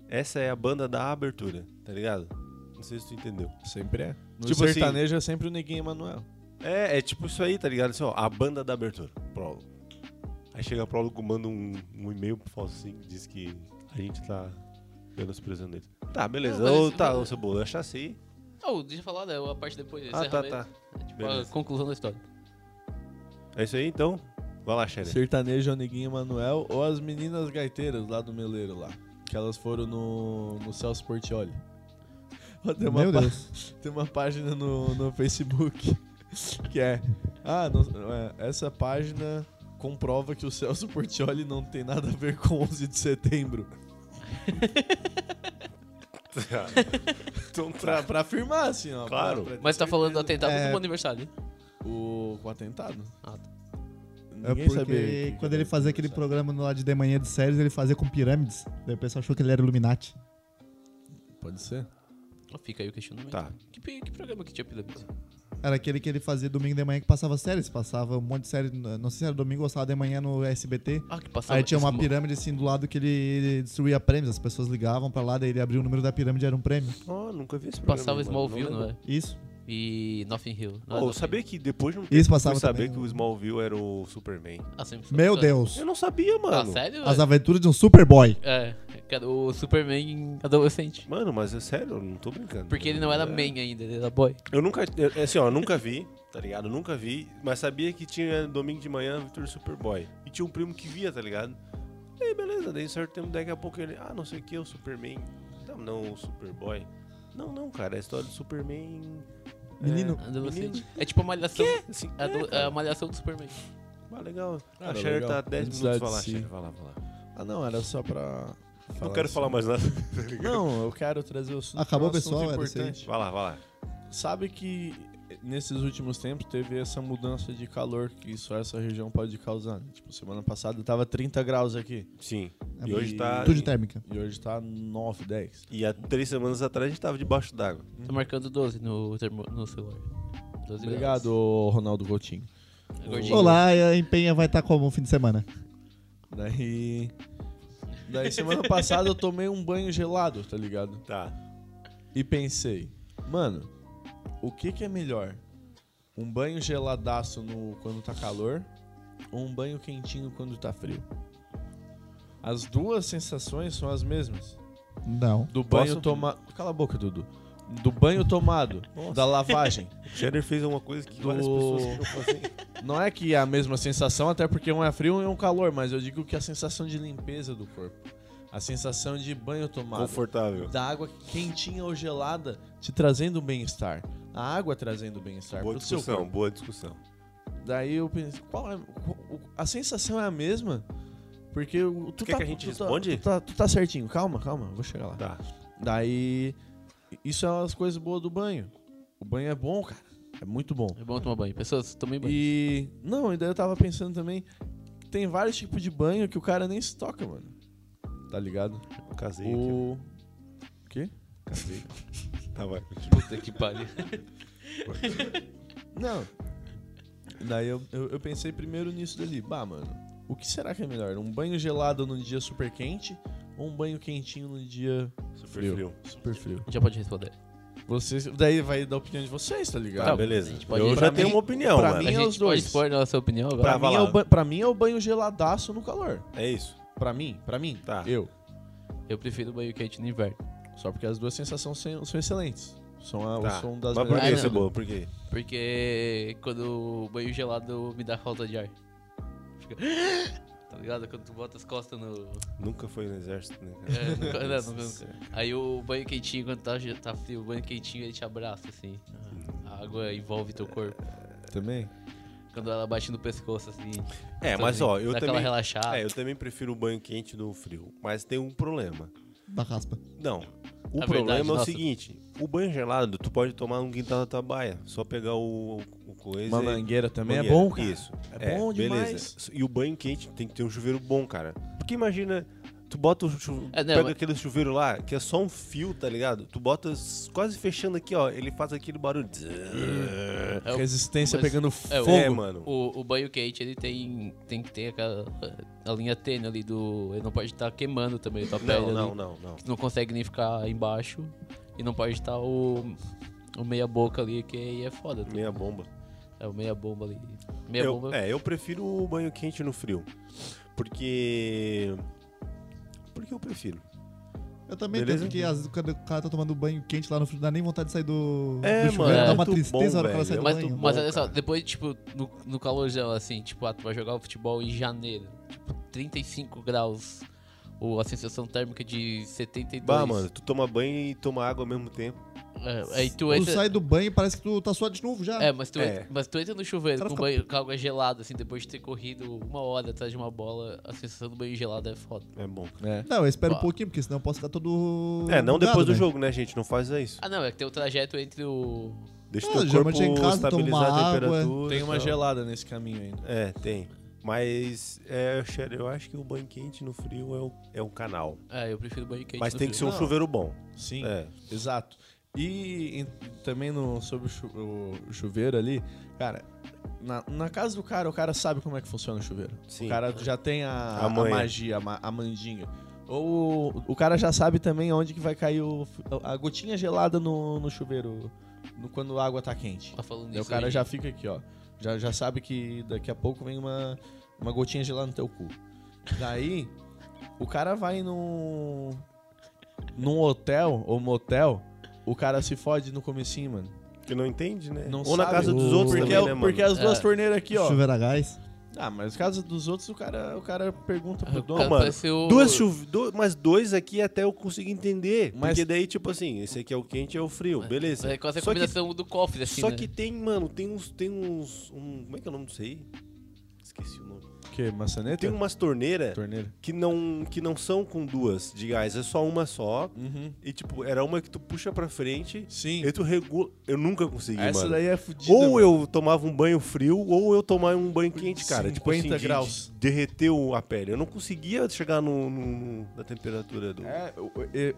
S1: Essa é a banda da abertura, tá ligado? Não sei se tu entendeu.
S3: Sempre é. No
S1: Tipo assim-
S3: sertanejo é sempre o Neguinho Emanuel.
S1: É, é tipo isso aí, tá ligado? Assim, ó, a banda da abertura, prólogo. Aí chega a prólogo, manda um, um e-mail pro Falsinho, diz que a gente tá dando os prisioneiros. Tá, beleza.
S2: Não, mas- é
S1: Ô, tá, ô, Cebola, eu chassi.
S2: Oh, deixa eu falar, né? A parte depois.
S1: Ah, tá,
S2: encerramento.
S1: tá.
S2: É tipo
S1: Beleza.
S2: a conclusão da história.
S1: É isso aí, então. Vai lá, Xerê.
S3: Sertanejo é o Neguinho Emanuel ou as meninas gaiteiras lá do Meleiro lá. Que elas foram no, no Celso Portioli. Ó, tem, uma
S4: Meu
S3: pá-
S4: Deus.
S3: *laughs* tem uma página no, no Facebook *laughs* que é. Ah, não- é, essa página comprova que o Celso Portioli não tem nada a ver com 11 de setembro.
S1: *laughs* então tá.
S3: Pra, pra afirmar, assim, ó.
S1: Claro.
S3: pra- pra ter
S2: Mas tá falando do
S3: certeza.
S2: atentado
S4: É.
S2: do bom aniversário.
S3: O, com atentado?
S2: Ah, tá.
S4: É
S3: Ninguém
S4: porque
S3: sabia que- que
S4: quando
S3: era
S4: ele fazia aquele
S3: aniversário.
S4: programa lá de de manhã de séries, ele fazia com pirâmides. Daí o pessoal achou que ele era Illuminati.
S3: Pode ser?
S2: Ó, Ah, Fica aí o questionamento.
S1: Tá.
S2: Que, pi- que programa que tinha pirâmide?
S4: Era aquele que ele fazia domingo de manhã que passava séries. Passava um monte de série, não sei se era domingo ou sábado de manhã no SBT.
S2: Ah, que passava.
S4: Aí tinha uma
S2: isso,
S4: pirâmide assim do lado que ele destruía prêmios. As pessoas ligavam pra lá, daí ele abria o número da pirâmide era um prêmio.
S1: Ó, nunca vi esse programa.
S2: Passava
S1: aí, mano.
S2: Smallville,
S1: lembro.
S2: não é?
S4: Isso.
S2: E Nothing Hill. Não
S1: Ô,
S2: é
S1: eu
S2: Notting
S1: sabia que depois de um tempo
S4: Isso
S1: eu
S4: passava
S1: fui saber
S4: também.
S1: que o Smallville era o Superman.
S2: Hill. Ah, sempre-
S4: Meu
S2: Ah,
S4: Deus.
S1: Eu não sabia,
S2: Ah,
S1: mano.
S2: sério?
S4: As aventuras de um Superboy.
S2: É, cara, o Superman adolescente.
S1: mano, mas é sério, eu não tô brincando. É.
S2: Porque ele não era man ainda, ele era boy.
S1: Eu nunca, eu- assim, ó, eu nunca vi, tá ligado? Eu nunca vi, mas sabia que tinha domingo de manhã Vitor Superboy. E tinha um primo que via, tá ligado? E aí, beleza, daí um certo tempo, daqui a pouco ele, ah, não sei o que, o Superman. Não, não, o Superboy. Não, não, cara, é a história do Superman.
S4: Menino. então,
S2: Adolescente. É tipo a malhação.
S1: É, assim,
S2: a do-
S1: é,
S2: a
S1: cara.
S2: malhação do Superman. Tá
S1: Ah, legal.
S3: Cara,
S1: a Cher
S3: legal.
S1: tá 10
S3: Antes
S1: minutos, vai
S3: da
S1: lá,
S3: DC.
S1: Cher, vai lá, vai lá.
S3: Ah, não, era só pra.
S1: Não quero falar mais *laughs* nada. tá ligado?
S3: Não, eu quero trazer o assunto.
S4: Acabou,
S3: um assunto
S4: pessoal, era isso aí.
S3: importante.
S1: Vai lá, vai lá.
S3: Sabe que nesses últimos tempos teve essa mudança de calor que só essa região pode causar. né? Tipo, semana passada tava 30 graus aqui.
S1: Sim.
S4: É
S1: E hoje tá.
S4: Tudo de térmica.
S3: E hoje tá 9, 10.
S1: E há três semanas atrás a gente tava debaixo d'água.
S2: Tá marcando 12 no, termo, no celular. 12
S3: Obrigado, Ronaldo Coutinho.
S2: graus. É gordinho.
S4: Olá, e a empenha vai estar como o fim de semana?
S3: Daí. Daí semana passada eu tomei um banho gelado, tá ligado?
S1: Tá.
S3: e pensei, mano, o que que é melhor? Um banho geladaço no quando tá calor ou um banho quentinho quando tá frio? As duas sensações são as mesmas.
S4: Não.
S3: Do banho
S1: Posso-
S3: tomar, cala a boca, Dudu. do banho tomado,
S1: Nossa.
S3: da lavagem.
S1: O Cheddar fez uma coisa que
S3: Do-
S1: várias pessoas queriam fazer.
S3: Não é que é a mesma sensação, até porque um é frio e um é calor, mas eu digo que a sensação de limpeza do corpo, a sensação de banho
S1: *laughs*
S3: tomado,
S1: Confortável.
S3: da água quentinha ou gelada te trazendo bem-estar. A água trazendo bem-estar
S1: Boa
S3: pro seu corpo.
S1: discussão, boa discussão.
S3: Daí eu pensei, qual é. qual- o- A sensação é a mesma? Porque o- tu
S1: quer
S3: tá,
S1: que a gente
S3: tu tá-
S1: responde?
S3: tu, tá, tu tá certinho. Calma, calma, eu vou chegar lá.
S1: Tá.
S3: Daí. Isso é umas coisas boas do banho. O banho é bom, cara. É muito bom.
S2: É bom tomar banho. Pessoas,
S1: É
S2: tomem banho.
S3: E. Não, e daí eu tava pensando também. Tem vários tipos de banho que o cara nem se toca, mano. Tá ligado?
S1: Casei aqui.
S3: O.
S1: ó. Casei. Tá, vai. continua.
S2: Puta que pariu.
S3: Não. Daí eu, eu, eu pensei primeiro nisso dali. Bah, mano, o que será que é melhor? Um banho gelado num dia super quente ou um banho quentinho num dia
S1: Super
S3: Frio.
S1: frio.
S3: super frio?
S2: Já pode responder.
S3: Vocês, daí vai da opinião de vocês, tá ligado?
S1: Tá,
S2: Tá,
S1: beleza.
S2: a gente pode
S1: eu
S2: ir
S1: já
S2: pra
S1: tenho
S3: mim-
S1: uma opinião,
S3: pra
S1: mano.
S2: a
S3: mim é
S2: gente
S3: os
S2: pode
S3: dois.
S2: expor a nossa opinião agora.
S1: Pra-
S3: pra,
S1: vai
S3: mim é
S1: lá.
S3: o ba- pra mim é o banho geladaço no calor.
S1: É isso.
S3: Pra mim, pra mim.
S1: Tá.
S3: Eu.
S2: Eu prefiro banho quente no inverno.
S3: Só porque as duas sensações são, são excelentes. São, a,
S1: Tá.
S3: são das
S1: Mas por que,
S2: melhores.
S1: Cebola? Por quê?
S2: Porque quando o banho gelado me dá falta de ar. Fica- *gasps* Tá ligado? Quando tu bota as costas no.
S1: Nunca foi no exército, né, cara?
S2: É, no- não, no- Aí o banho quentinho, quando tá, ge- tá frio, o banho quentinho ele te abraça, assim. A água envolve teu corpo.
S3: Também.
S2: Quando ela bate no pescoço, assim.
S1: É,
S2: sabe?
S1: mas ó, eu
S2: Dá aquela
S1: também.
S2: relaxada.
S1: É, eu também prefiro o banho quente do frio. Mas tem um problema.
S4: Da raspa.
S1: Não. O
S2: A
S1: problema
S2: verdade,
S1: é o
S2: nossa.
S1: seguinte: o banho gelado tu pode tomar no quintal da tua baia. Só pegar o, o coisa.
S3: Uma
S1: e-
S3: mangueira também
S1: Banheira.
S3: é bom, cara.
S1: Isso.
S3: É bom demais.
S1: E o banho quente tem que ter um chuveiro bom, cara. Porque imagina, tu bota o chu...
S2: É, não,
S1: pega
S2: mas-
S1: aquele chuveiro lá, que é só um fio, tá ligado? Tu bota s- quase fechando aqui, ó, ele faz aquele barulho.
S2: É o-
S3: Resistência
S2: mas-
S3: pegando
S2: é, o-
S3: fogo.
S1: É, mano.
S2: O, o banho quente, ele tem, tem que ter aquela a linha tênue ali do. Ele não pode estar queimando também a tua pele.
S1: Não,
S2: ali.
S1: não, não, não.
S2: Tu não consegue nem ficar embaixo. E não pode estar o. O meia boca ali, que aí é foda. tá?
S1: Meia bomba.
S2: É o meia bomba ali. Meia
S1: Eu,
S2: bomba.
S1: é, eu prefiro o banho quente no frio. Porque. Porque eu prefiro.
S2: É
S4: Eu também
S1: Beleza?
S4: Beleza? porque às vezes o cara, o cara tá tomando banho quente lá no frio, dá nem vontade de sair do,
S1: É,
S4: do chuveiro,
S2: mano,
S4: dá
S1: é
S4: uma
S1: muito
S4: tristeza na hora que
S1: bom,
S4: ela sai do
S1: velho.
S2: Mas,
S4: banho.
S2: tu,
S1: bom,
S2: mas olha só,
S1: cara.
S2: depois, tipo, no, no calorzão, assim, tipo, ah, tu vai jogar o futebol em janeiro, tipo, 35 graus, ou a sensação térmica de 72.
S1: Bah, mano, tu toma banho e toma água ao mesmo tempo.
S2: É, aí tu
S4: Tu
S2: entra...
S4: sai do banho e parece que tu tá suado de novo já.
S2: É, mas tu,
S1: É.
S2: entra, mas tu entra no chuveiro
S4: Cara,
S2: com,
S4: fica
S2: banho, com água gelada, assim, depois de ter corrido uma hora atrás de uma bola, a sensação do banho gelado é foda.
S1: É bom.
S3: É.
S4: Não, eu espero um
S2: Ó.
S4: pouquinho, porque senão eu posso ficar todo.
S1: É, não depois
S4: bugado,
S1: do
S4: né?
S1: jogo, né, gente? Não faz isso.
S2: Ah, não, é que tem o trajeto entre o...
S1: Deixa
S4: Ah,
S1: o teu corpo
S4: geralmente em casa toma
S1: estabilizar
S4: uma
S1: a
S4: água.
S1: temperatura.
S3: Tem uma
S1: e tal.
S3: gelada nesse caminho né? ainda.
S1: É, tem. Mas, é, sério, eu acho que o banho quente no frio é, o, é um canal.
S2: É, eu prefiro banho quente
S1: Mas
S2: no
S1: tem que ser um
S2: frio.
S3: Não.
S1: chuveiro bom.
S3: Sim.
S1: É.
S3: Exato. E em- também no, sobre o, chu- o chuveiro ali, cara, na, na casa do cara, o cara sabe como é que funciona o chuveiro.
S1: Sim.
S3: O cara já tem a,
S1: A
S3: a,
S1: manha.
S3: magia, a, ma- a mandinha. Ou o- o cara já sabe também onde que vai cair o, a gotinha gelada no, no chuveiro no- quando a água tá quente.
S2: Tá falando
S3: Daí o
S2: isso
S3: cara
S2: aí.
S3: já fica aqui, ó. Já, já sabe que daqui a pouco vem uma, uma gotinha gelada no teu cu. Daí, o cara vai num. num hotel ou motel, o cara se fode no comecinho, mano.
S1: Que não entende, né?
S3: Não
S1: Ou na
S3: sabe.
S1: casa dos
S4: O-
S1: outros
S3: Porque,
S1: também, né, mano?
S3: porque as duas
S2: É.
S3: torneiras aqui, ó.
S4: Chuveiro a gás.
S3: Ah, mas casa dos outros, o cara, o cara pergunta pro
S2: O
S3: dono.
S2: cara
S1: mano,
S2: parece é o-
S1: Duas chuve... do- Mas dois aqui até eu consigo entender.
S3: Mas-
S1: Porque daí, tipo assim, esse aqui é o quente e é o frio. Beleza.
S2: É quase a
S1: Só que,
S2: combinação do cofre, assim,
S1: só
S2: né?
S1: que tem, mano, tem uns... Tem uns um... Como é que é o nome disso aí? Esqueci o nome.
S3: O quê? Maçaneta?
S1: Tem umas torneiras
S3: torneira.
S1: que não, que não são com duas de gás. É só uma só.
S3: Uhum.
S1: E, tipo, era uma que tu puxa pra frente...
S3: Sim.
S1: E tu regula... Eu nunca consegui,
S3: Essa
S1: mano.
S3: daí é fodida.
S1: Ou
S3: mano.
S1: eu tomava um banho frio, ou eu tomava um banho quente, cara. Tipo assim,
S3: 50
S1: de-
S3: graus.
S1: de derreter o- a pele. Eu não conseguia chegar no, no- no- na temperatura do...
S3: É, eu, eu- eu-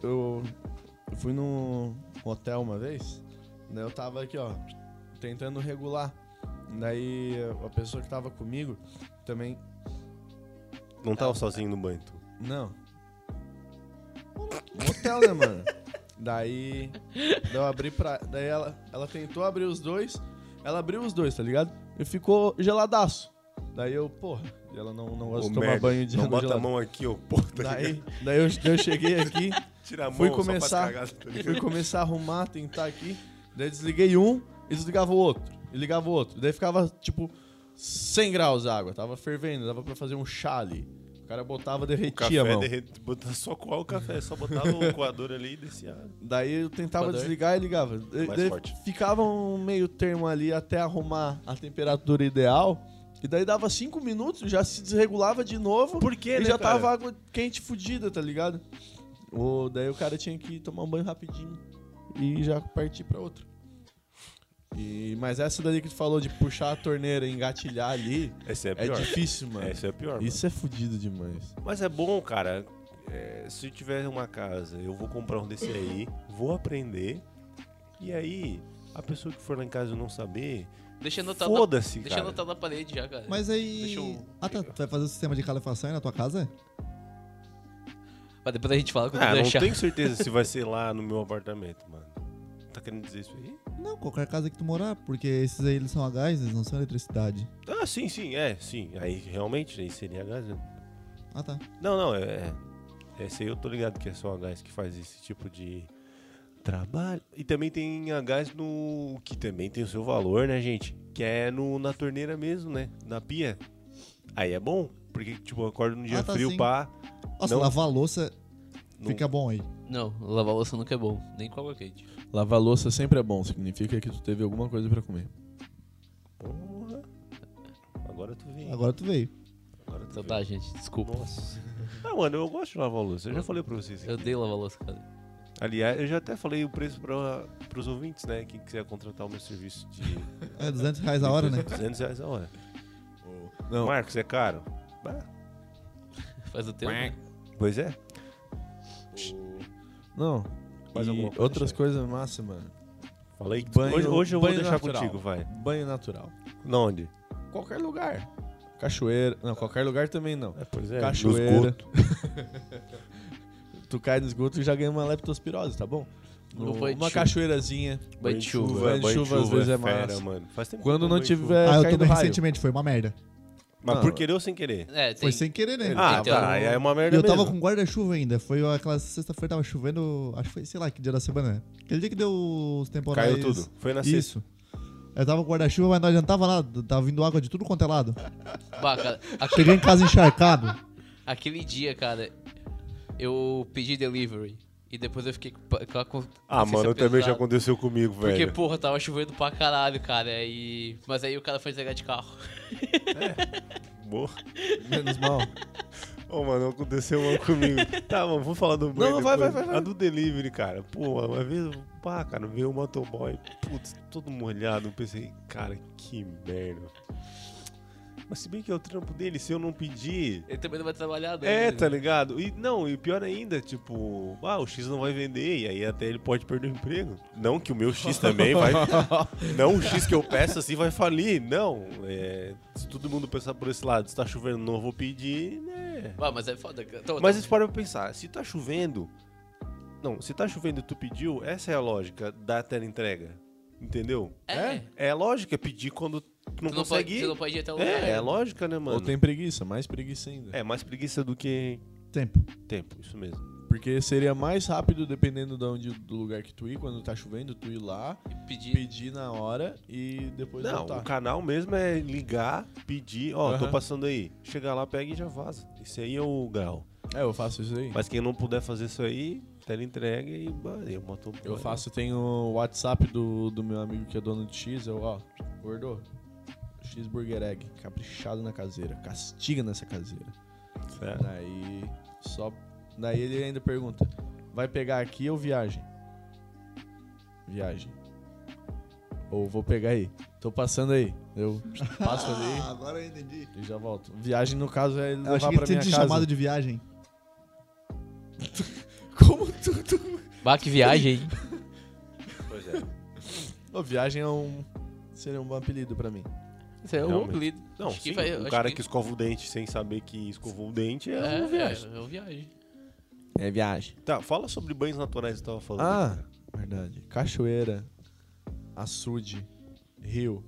S3: eu fui num hotel uma vez, daí eu tava aqui, ó, tentando regular. Daí a pessoa que tava comigo também.
S1: Não tava sozinho no banho, tu.
S3: Não. Um hotel, né, mano? Daí. daí eu abri pra. Daí ela, ela tentou abrir os dois. Ela abriu os dois, tá ligado? E ficou geladaço. Daí eu, porra, e ela não, não gosta
S1: Ô,
S3: de tomar
S1: merda,
S3: banho de
S1: Não
S3: água
S1: bota a
S3: gelada.
S1: mão aqui, ô porra. tá ligado?
S3: Daí, daí eu, daí eu cheguei aqui,
S1: Tira a mão,
S3: Fui
S1: Tá só faz
S3: começar-
S1: cagada, tá ligado?
S3: *laughs* Fui começar a arrumar, tentar aqui. Daí desliguei um e desligava o outro. E ligava o outro. Daí ficava, tipo, 100 graus a água. Tava fervendo, dava pra fazer um chá ali. O cara botava,
S1: O café
S3: derretia, mano.
S1: derrete, botar só coar o café, só botar o coador ali e descia.
S3: Daí eu tentava
S2: Coador.
S3: desligar e ligava. Daí-
S1: Mais
S3: daí
S1: forte.
S3: ficava um meio termo ali até arrumar a temperatura ideal. E daí dava 5 minutos, já se desregulava de novo.
S1: Por quê,
S3: e
S1: né,
S3: já
S1: cara?
S3: tava água quente fudida, tá ligado? Ou daí o cara tinha que tomar um banho rapidinho e já partir pra outra. E, mas essa daí que tu falou de puxar a torneira e engatilhar ali
S1: Essa é a
S3: é
S1: pior.
S3: difícil, mano.
S1: Essa é a pior.
S3: Isso é fudido demais.
S1: mano. Mas é bom, cara. É, se tiver uma casa, eu vou comprar um desse aí, vou aprender. E aí, a pessoa que for lá em casa e não saber,
S2: Deixa anotado. na-
S1: foda-se,
S2: Deixa
S1: cara.
S2: anotado na parede já, cara.
S4: Mas aí.
S2: Deixa eu-
S4: Ah, tá. Tu vai fazer o sistema de calefação aí na tua casa?
S2: Mas depois a gente fala quando
S1: Ah, não
S2: deixar.
S1: tenho certeza se vai ser lá no meu apartamento, mano. Tá querendo dizer isso aí?
S4: Não, qualquer casa que tu morar, porque esses aí eles são a gás, eles não são eletricidade.
S1: Ah, sim, sim, é, sim. Aí realmente, aí seria gás, né?
S4: Ah, tá.
S1: Não, não, é. é- Esse aí eu tô ligado que é só a gás que faz esse tipo de trabalho. E também tem a gás no. que também tem o seu valor, né, gente? Que é no, na torneira mesmo, né? Na pia. Aí é bom, porque, tipo, eu acordo num dia
S4: Ah, tá,
S1: frio,
S4: sim.
S1: pá.
S4: Nossa,
S1: Não.
S4: lavar a louça
S1: Não,
S4: fica bom aí.
S2: Não, lavar louça nunca é bom. Nem com água quente.
S3: Lavar louça sempre é bom, significa que tu teve alguma coisa pra comer.
S1: Porra. Agora tu vem.
S4: Agora tu veio.
S1: Agora tu
S2: Então
S1: vem.
S2: tá, gente, desculpa.
S1: Nossa. Ah, mano, eu gosto de lavar louça. Eu já falei pra vocês.
S2: Eu
S1: Aqui.
S2: dei lavar louça, cara.
S1: Aliás, eu já até falei o preço pra, pros ouvintes, né? Quem quiser contratar o meu serviço de
S4: É 200 reais a hora, né?
S1: 200 reais a hora.
S3: Não,
S1: Marcos, é caro? Ah,
S2: Faz o tempo. né?
S1: Pois é.
S3: Não.
S1: Mais
S3: e
S1: alguma coisa,
S3: outras
S1: Xavier?
S3: coisas massa, mano.
S1: Falei
S3: Banho-
S1: hoje, hoje eu vou
S3: banho
S1: deixar
S3: natural.
S1: contigo, vai.
S3: Banho natural.
S1: Na onde?
S3: Qualquer lugar. Cachoeira. Não, qualquer lugar também não.
S1: É, pois é.
S3: Cachoeira.
S1: no *laughs* esgoto.
S3: Tu cai no esgoto e já ganha uma leptospirose, tá bom?
S2: No
S3: Um-
S2: banho de
S3: uma
S2: chuva.
S3: cachoeirazinha.
S2: Banho de chuva.
S3: Banho de chuva, às vezes, é
S1: fera,
S3: massa.
S1: mano. Faz tempo
S3: Quando
S1: que eu
S3: não
S1: banho de chuva.
S3: tiver Ah.
S4: ah, eu
S3: caído
S4: tomei
S3: raio.
S4: recentemente, foi uma merda.
S1: Mas
S3: Não.
S1: por querer ou sem querer?
S2: É, tem.
S4: Foi sem querer, né?
S1: Ah,
S2: que ter
S3: então,
S1: tá.
S2: um-
S1: Aí é uma merda
S4: eu
S1: mesmo.
S4: tava com guarda-chuva ainda. Foi aquela sexta-feira, tava chovendo. Acho que foi, sei lá, que dia da semana. né? Aquele dia que deu os temporais.
S1: Caiu tudo. Foi na sexta.
S4: Isso. Eu tava com guarda-chuva, mas não adiantava nada. Tava vindo água de tudo quanto é lado.
S2: Bah, cara,
S4: *laughs*
S2: aquele,
S4: Cheguei em casa encharcado.
S2: aquele dia, cara, eu pedi delivery. E depois eu fiquei com pa- com a con-
S1: Ah,
S2: consciência
S3: é
S1: mano, também já
S2: pesada.
S1: aconteceu comigo,
S2: Porque,
S1: velho.
S2: porra, tava chovendo pra caralho, cara. E... Mas aí o cara foi entregar de carro. *laughs*
S1: Boa.
S3: Menos mal.
S1: Ô, mano, aconteceu
S3: *laughs*
S1: uma comigo. tá, mano, vou falar do banho
S3: não, vai,
S1: depois.
S3: vai, vai,
S1: A
S3: vai.
S1: do delivery, cara. Pô, uma vez, pá, cara, veio o motoboy, putz, todo molhado. Eu pensei, cara, que merda. Mas se bem que é o trampo dele, se eu não pedir,
S2: Ele também não vai trabalhar, né?
S1: É, tá ligado? E não, e pior ainda, tipo, ah, o X não vai vender, e aí até ele pode perder o emprego. Não que o meu X também
S2: *laughs*
S1: vai. não o X que eu peço assim vai falir. Não. é, se todo mundo pensar por esse lado, se tá chovendo, não vou pedir, né?
S2: Ah, mas é foda. cara. Então,
S1: Mas isso para pra pensar, se tá chovendo. Não, se tá chovendo e tu pediu, essa é a lógica da teleentrega. Entendeu?
S2: É.
S1: É a lógica, é pedir quando tu não
S2: tu não pode,
S1: consegue.
S2: tu não pode ir até o lugar.
S1: é, é a lógica, né, mano?
S3: Ou tem preguiça, mais preguiça ainda.
S1: É mais preguiça do que
S4: Tempo.
S1: tempo, isso mesmo.
S3: Porque seria mais rápido, dependendo de onde, do lugar que tu ir, quando tá chovendo, tu ir lá,
S2: Pedir.
S3: pedir na hora e depois
S1: Não, o
S3: voltar.
S1: canal mesmo é ligar, pedir, ó, tô
S3: Aham.
S1: passando aí. Chegar lá, pega e já vaza. Esse aí é o grau.
S3: É, eu faço isso aí.
S1: Mas quem não puder fazer isso aí, tela entrega e bah, eu mato.
S3: Eu faço, tem o WhatsApp do, do meu amigo que é dono de X, eu, ó, gordo, cheeseburger egg, caprichado na caseira, castiga nessa caseira.
S1: É.
S3: Daí, só, daí ele ainda pergunta, vai pegar aqui ou viagem? Viagem. Ou vou pegar aí, tô passando aí,
S4: *laughs*
S3: eu passo ali
S4: Ah, agora eu entendi.
S3: e já volto. Viagem, no caso, é ele
S4: Eu
S3: levar
S4: achei que
S3: pra
S4: ele tinha
S3: minha
S4: te
S3: casa.
S4: chamado de viagem.
S3: Como tu, tu...
S2: Bah, que
S1: *laughs*
S2: viagem, hein?
S1: Pois é.
S3: Ô, viagem é um, seria um bom apelido pra mim.
S2: Isso é um
S1: Realmente.
S2: apelido.
S1: Não,
S2: Acho que
S1: sim,
S2: vai-
S1: o
S2: acho
S1: cara
S2: que-
S1: que... escova o dente sem saber que escovou o dente é,
S2: É,
S1: uma viagem.
S2: É, é um viagem.
S3: É viagem.
S1: Tá, fala sobre banhos naturais que tu tava falando.
S3: Ah, verdade. Cachoeira, açude, rio.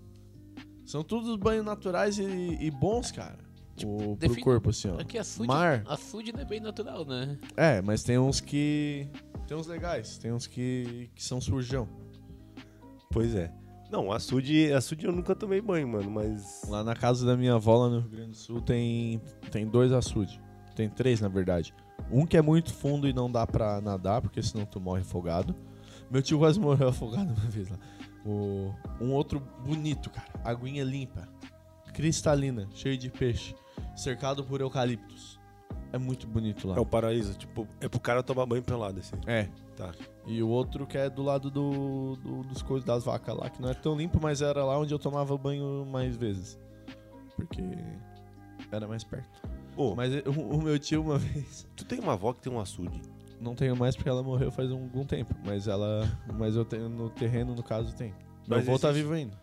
S3: São todos banhos naturais e, e bons, cara. o, pro
S2: define-
S3: corpo, assim, ó.
S2: Aqui açude,
S3: Mar.
S2: açude não é bem natural, né?
S3: É, mas tem uns que. Tem uns legais, tem uns que, que são surjão.
S1: Pois é. Não, açude, açude eu nunca tomei banho, mano, mas.
S3: Lá na casa da minha avó, lá no Rio Grande do Sul, tem, tem dois açudes. Tem três, na verdade. Um que é muito fundo e não dá pra nadar, porque senão tu morre afogado. Meu tio quase morreu *laughs* afogado uma vez lá. O, um outro bonito, cara. Aguinha limpa. Cristalina, cheio de peixe. Cercado por eucaliptos. É muito bonito lá.
S1: É o paraíso, tipo, é pro cara tomar banho pelado, assim.
S3: É.
S1: Tá.
S3: E o outro que é do lado do, do- dos coisas das vacas lá, que não é tão limpo, mas era lá onde eu tomava banho mais vezes. Porque era mais perto.
S1: Ô, mas
S3: Mas eu- *laughs* o, meu tio uma vez.
S1: tu tem uma avó que tem um açude.
S3: Não tenho mais porque ela morreu faz um- algum tempo. Mas ela. Mas eu tenho no terreno, no caso, tem. Meu
S1: Mas
S3: avô tá
S1: existe-
S3: vivo ainda.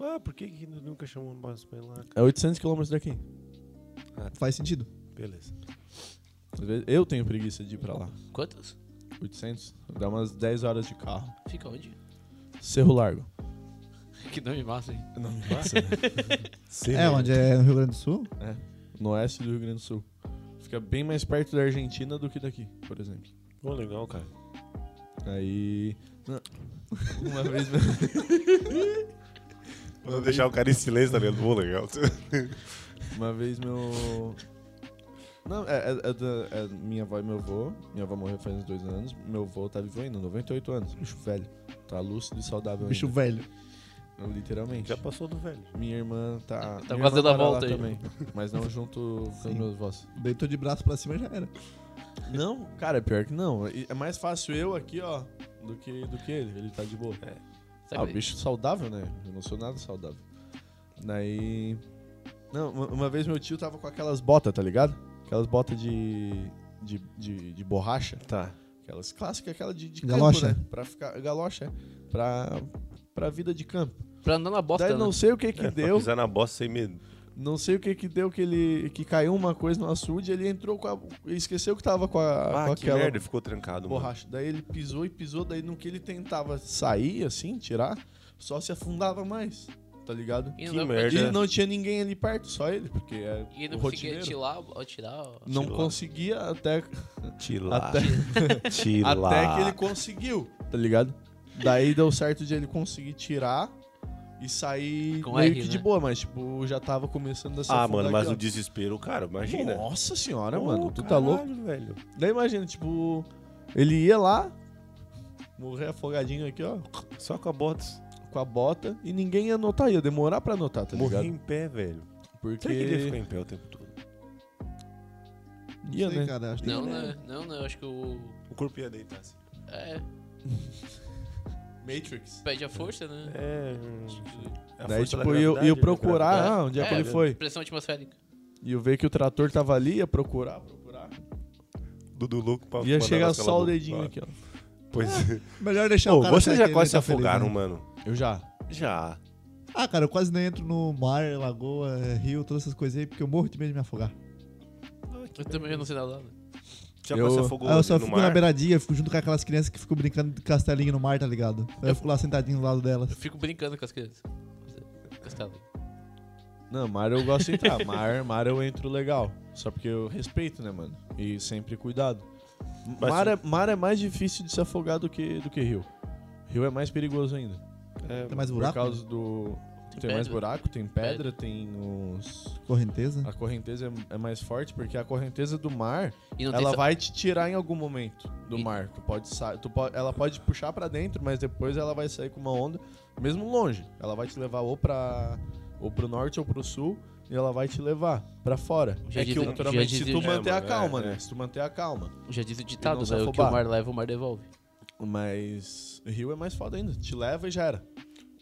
S1: Ah, por que, que nunca chamou um banho pra ir lá, cara?
S3: É 800 quilômetros daqui.
S4: Faz sentido.
S1: Beleza.
S3: Às vezes eu tenho preguiça de ir pra lá.
S2: Quantos?
S3: 800? Dá umas 10 horas de carro.
S2: Fica onde?
S3: Cerro Largo.
S2: Que nome massa, hein?
S3: Não me passa, né?
S4: É, onde é no Rio Grande do Sul?
S3: *laughs* No oeste do Rio Grande do Sul. Fica bem mais perto da Argentina do que daqui, por exemplo.
S1: Pô, legal, cara.
S3: Aí. não. Uma *laughs* vez.
S1: Vou deixar o cara em silêncio, tá ligado? Pô, legal.
S3: Uma vez meu. Não, é, é- é da- é minha avó e meu avô. Minha avó morreu faz uns dois anos. Meu avô tá vivo ainda, 98 anos. Bicho velho. Tá lúcido e saudável
S4: Bicho
S3: ainda.
S4: velho.
S1: *laughs*
S3: Literalmente.
S1: Já passou do velho.
S3: Minha irmã tá.
S2: Tá
S3: minha irmã
S2: quase dando a
S3: mora lá
S2: volta aí.
S3: também. Mas não junto com
S4: Sim.
S3: meus avós.
S4: Deitou de braço pra cima já era.
S3: Não, cara, é pior que não. E É mais fácil eu aqui, ó, do que, do que ele. Ele tá de boa.
S1: Tá
S3: Ah, o
S2: Sabe?
S3: bicho saudável, né? Eu não sou nada saudável. Daí. Não, uma, uma vez meu tio tava com aquelas botas, tá ligado? Aquelas botas de. de, de, de borracha.
S1: Tá.
S3: Aquelas clássicas, aquela de, de
S4: Galocha.
S3: campo, né? Pra ficar. Galocha, é. Pra. Pra vida de campo.
S2: pra andar na bosta,
S3: Daí
S2: né?
S3: não sei o que que
S1: É, pra
S3: deu.
S1: pisar na bosta sem medo.
S3: Não sei o que que deu que ele. Que caiu uma coisa no açude ele entrou com a. Esqueceu que tava com a.
S1: Ah,
S3: com
S1: que
S3: aquela
S1: merda, ficou trancado, mano.
S3: borracha. Daí ele pisou e pisou, daí no que ele tentava sair, assim, tirar, só se afundava mais, tá ligado?
S2: E
S1: Que
S2: dá pra-
S1: merda.
S3: E não tinha ninguém ali perto, só ele, porque é
S2: E
S3: o
S2: não conseguia
S3: rotineiro.
S2: tirar, ó, tirar, ó.
S3: Não
S1: Tirar.
S3: conseguia até,
S1: Tila.
S3: *laughs* até,
S1: Tila.
S3: até que ele conseguiu, tá ligado? Daí deu certo de ele conseguir tirar e sair
S2: Com
S3: meio
S2: R,
S3: que de
S2: né?
S3: boa, mas tipo, já tava começando a se
S1: Ah,
S3: afundar
S1: mano, mas
S3: aqui,
S1: o
S3: ó.
S1: desespero, cara, imagina.
S3: Nossa senhora,
S1: Ô,
S3: mano, tu tá
S1: caralho,
S3: louco?
S1: velho.
S3: Daí imagina, tipo, ele ia lá, morrer afogadinho aqui, ó,
S1: Só com a bota.
S3: com a bota e ninguém ia notar, ia demorar pra notar, tá
S1: Morri
S3: ligado?
S1: em pé, velho.
S3: Porque
S1: Será que ele ia ficar em pé o tempo todo?
S4: Não
S3: Ia,
S4: sei,
S3: né?
S4: cara. Acho que
S2: Não, né? Não, não, eu acho que o.
S1: O corpo ia deitar assim.
S2: É,
S3: Matrix.
S2: perde a força, né?
S1: É. a
S3: Daí,
S1: força da
S3: tipo, eu,
S1: gravidade,
S3: eu
S1: né,
S3: procurar,
S1: gravidade.
S3: ah, onde é, que
S2: É,
S3: ele
S1: né?
S3: foi?
S2: Pressão atmosférica.
S3: E eu ver que o trator tava ali, ia procurar, procurar.
S1: Dudu louco pra
S3: ah, Ia
S1: mandar
S3: chegar
S1: nós calar a
S3: só o
S1: boca.
S3: dedinho
S1: Ah,
S3: aqui, ó.
S1: Pois é.
S4: Melhor deixar
S1: Ô,
S4: o cara.
S1: vocês
S4: sair
S1: já
S4: que
S1: quase se
S4: ele tá feliz,
S1: afogaram,
S4: né?
S1: mano.
S3: Eu já.
S1: Já.
S4: Ah, cara, eu quase nem entro no mar, lagoa, rio, todas essas coisas aí, porque eu morro de medo de me afogar.
S2: Eu também não sei nadar. né?
S1: Já
S3: Eu-
S1: se afogou
S4: Aí Ah, eu só
S1: no
S4: fico
S1: mar.
S4: na beiradinha, eu fico junto com aquelas crianças que ficam brincando de castelinho no mar, tá ligado? Aí eu fico lá sentadinho do lado delas.
S2: Eu fico brincando com as crianças. Castelo.
S3: Não, mar eu gosto
S1: *laughs*
S3: de entrar. Mar, mar eu entro legal. Só porque eu respeito, né, mano? E sempre cuidado.
S1: Mas-
S3: Mar é, mar é mais difícil de se afogar do que, do que rio. Rio é mais perigoso ainda.
S4: Tem mais
S3: Por
S4: buraco? né?
S3: causa do... Tem, mais
S2: pedra.
S3: buraco, tem pedra, tem os...
S4: Correnteza?
S3: A correnteza é- é mais forte porque a correnteza do mar
S2: E não
S3: ela
S2: tem
S3: vai te tirar em algum momento do
S2: E-
S3: mar. Tu pode sa- tu po- ela pode puxar pra dentro, mas depois ela vai sair com uma onda, mesmo longe. Ela vai te levar ou para ou pro norte ou pro sul e ela vai te levar pra fora.
S2: Já
S3: é que
S2: dizia-
S3: naturalmente
S2: já
S3: se tu
S2: dizia-
S3: manter a
S1: É, mano,
S3: calma,
S1: é,
S3: né?
S1: é.
S3: Se tu manter a calma.
S2: Já diz o ditado,
S3: não se
S2: né? O que o
S3: afobar.
S2: mar leva, o mar devolve.
S3: Mas rio é mais foda ainda, te leva e já era.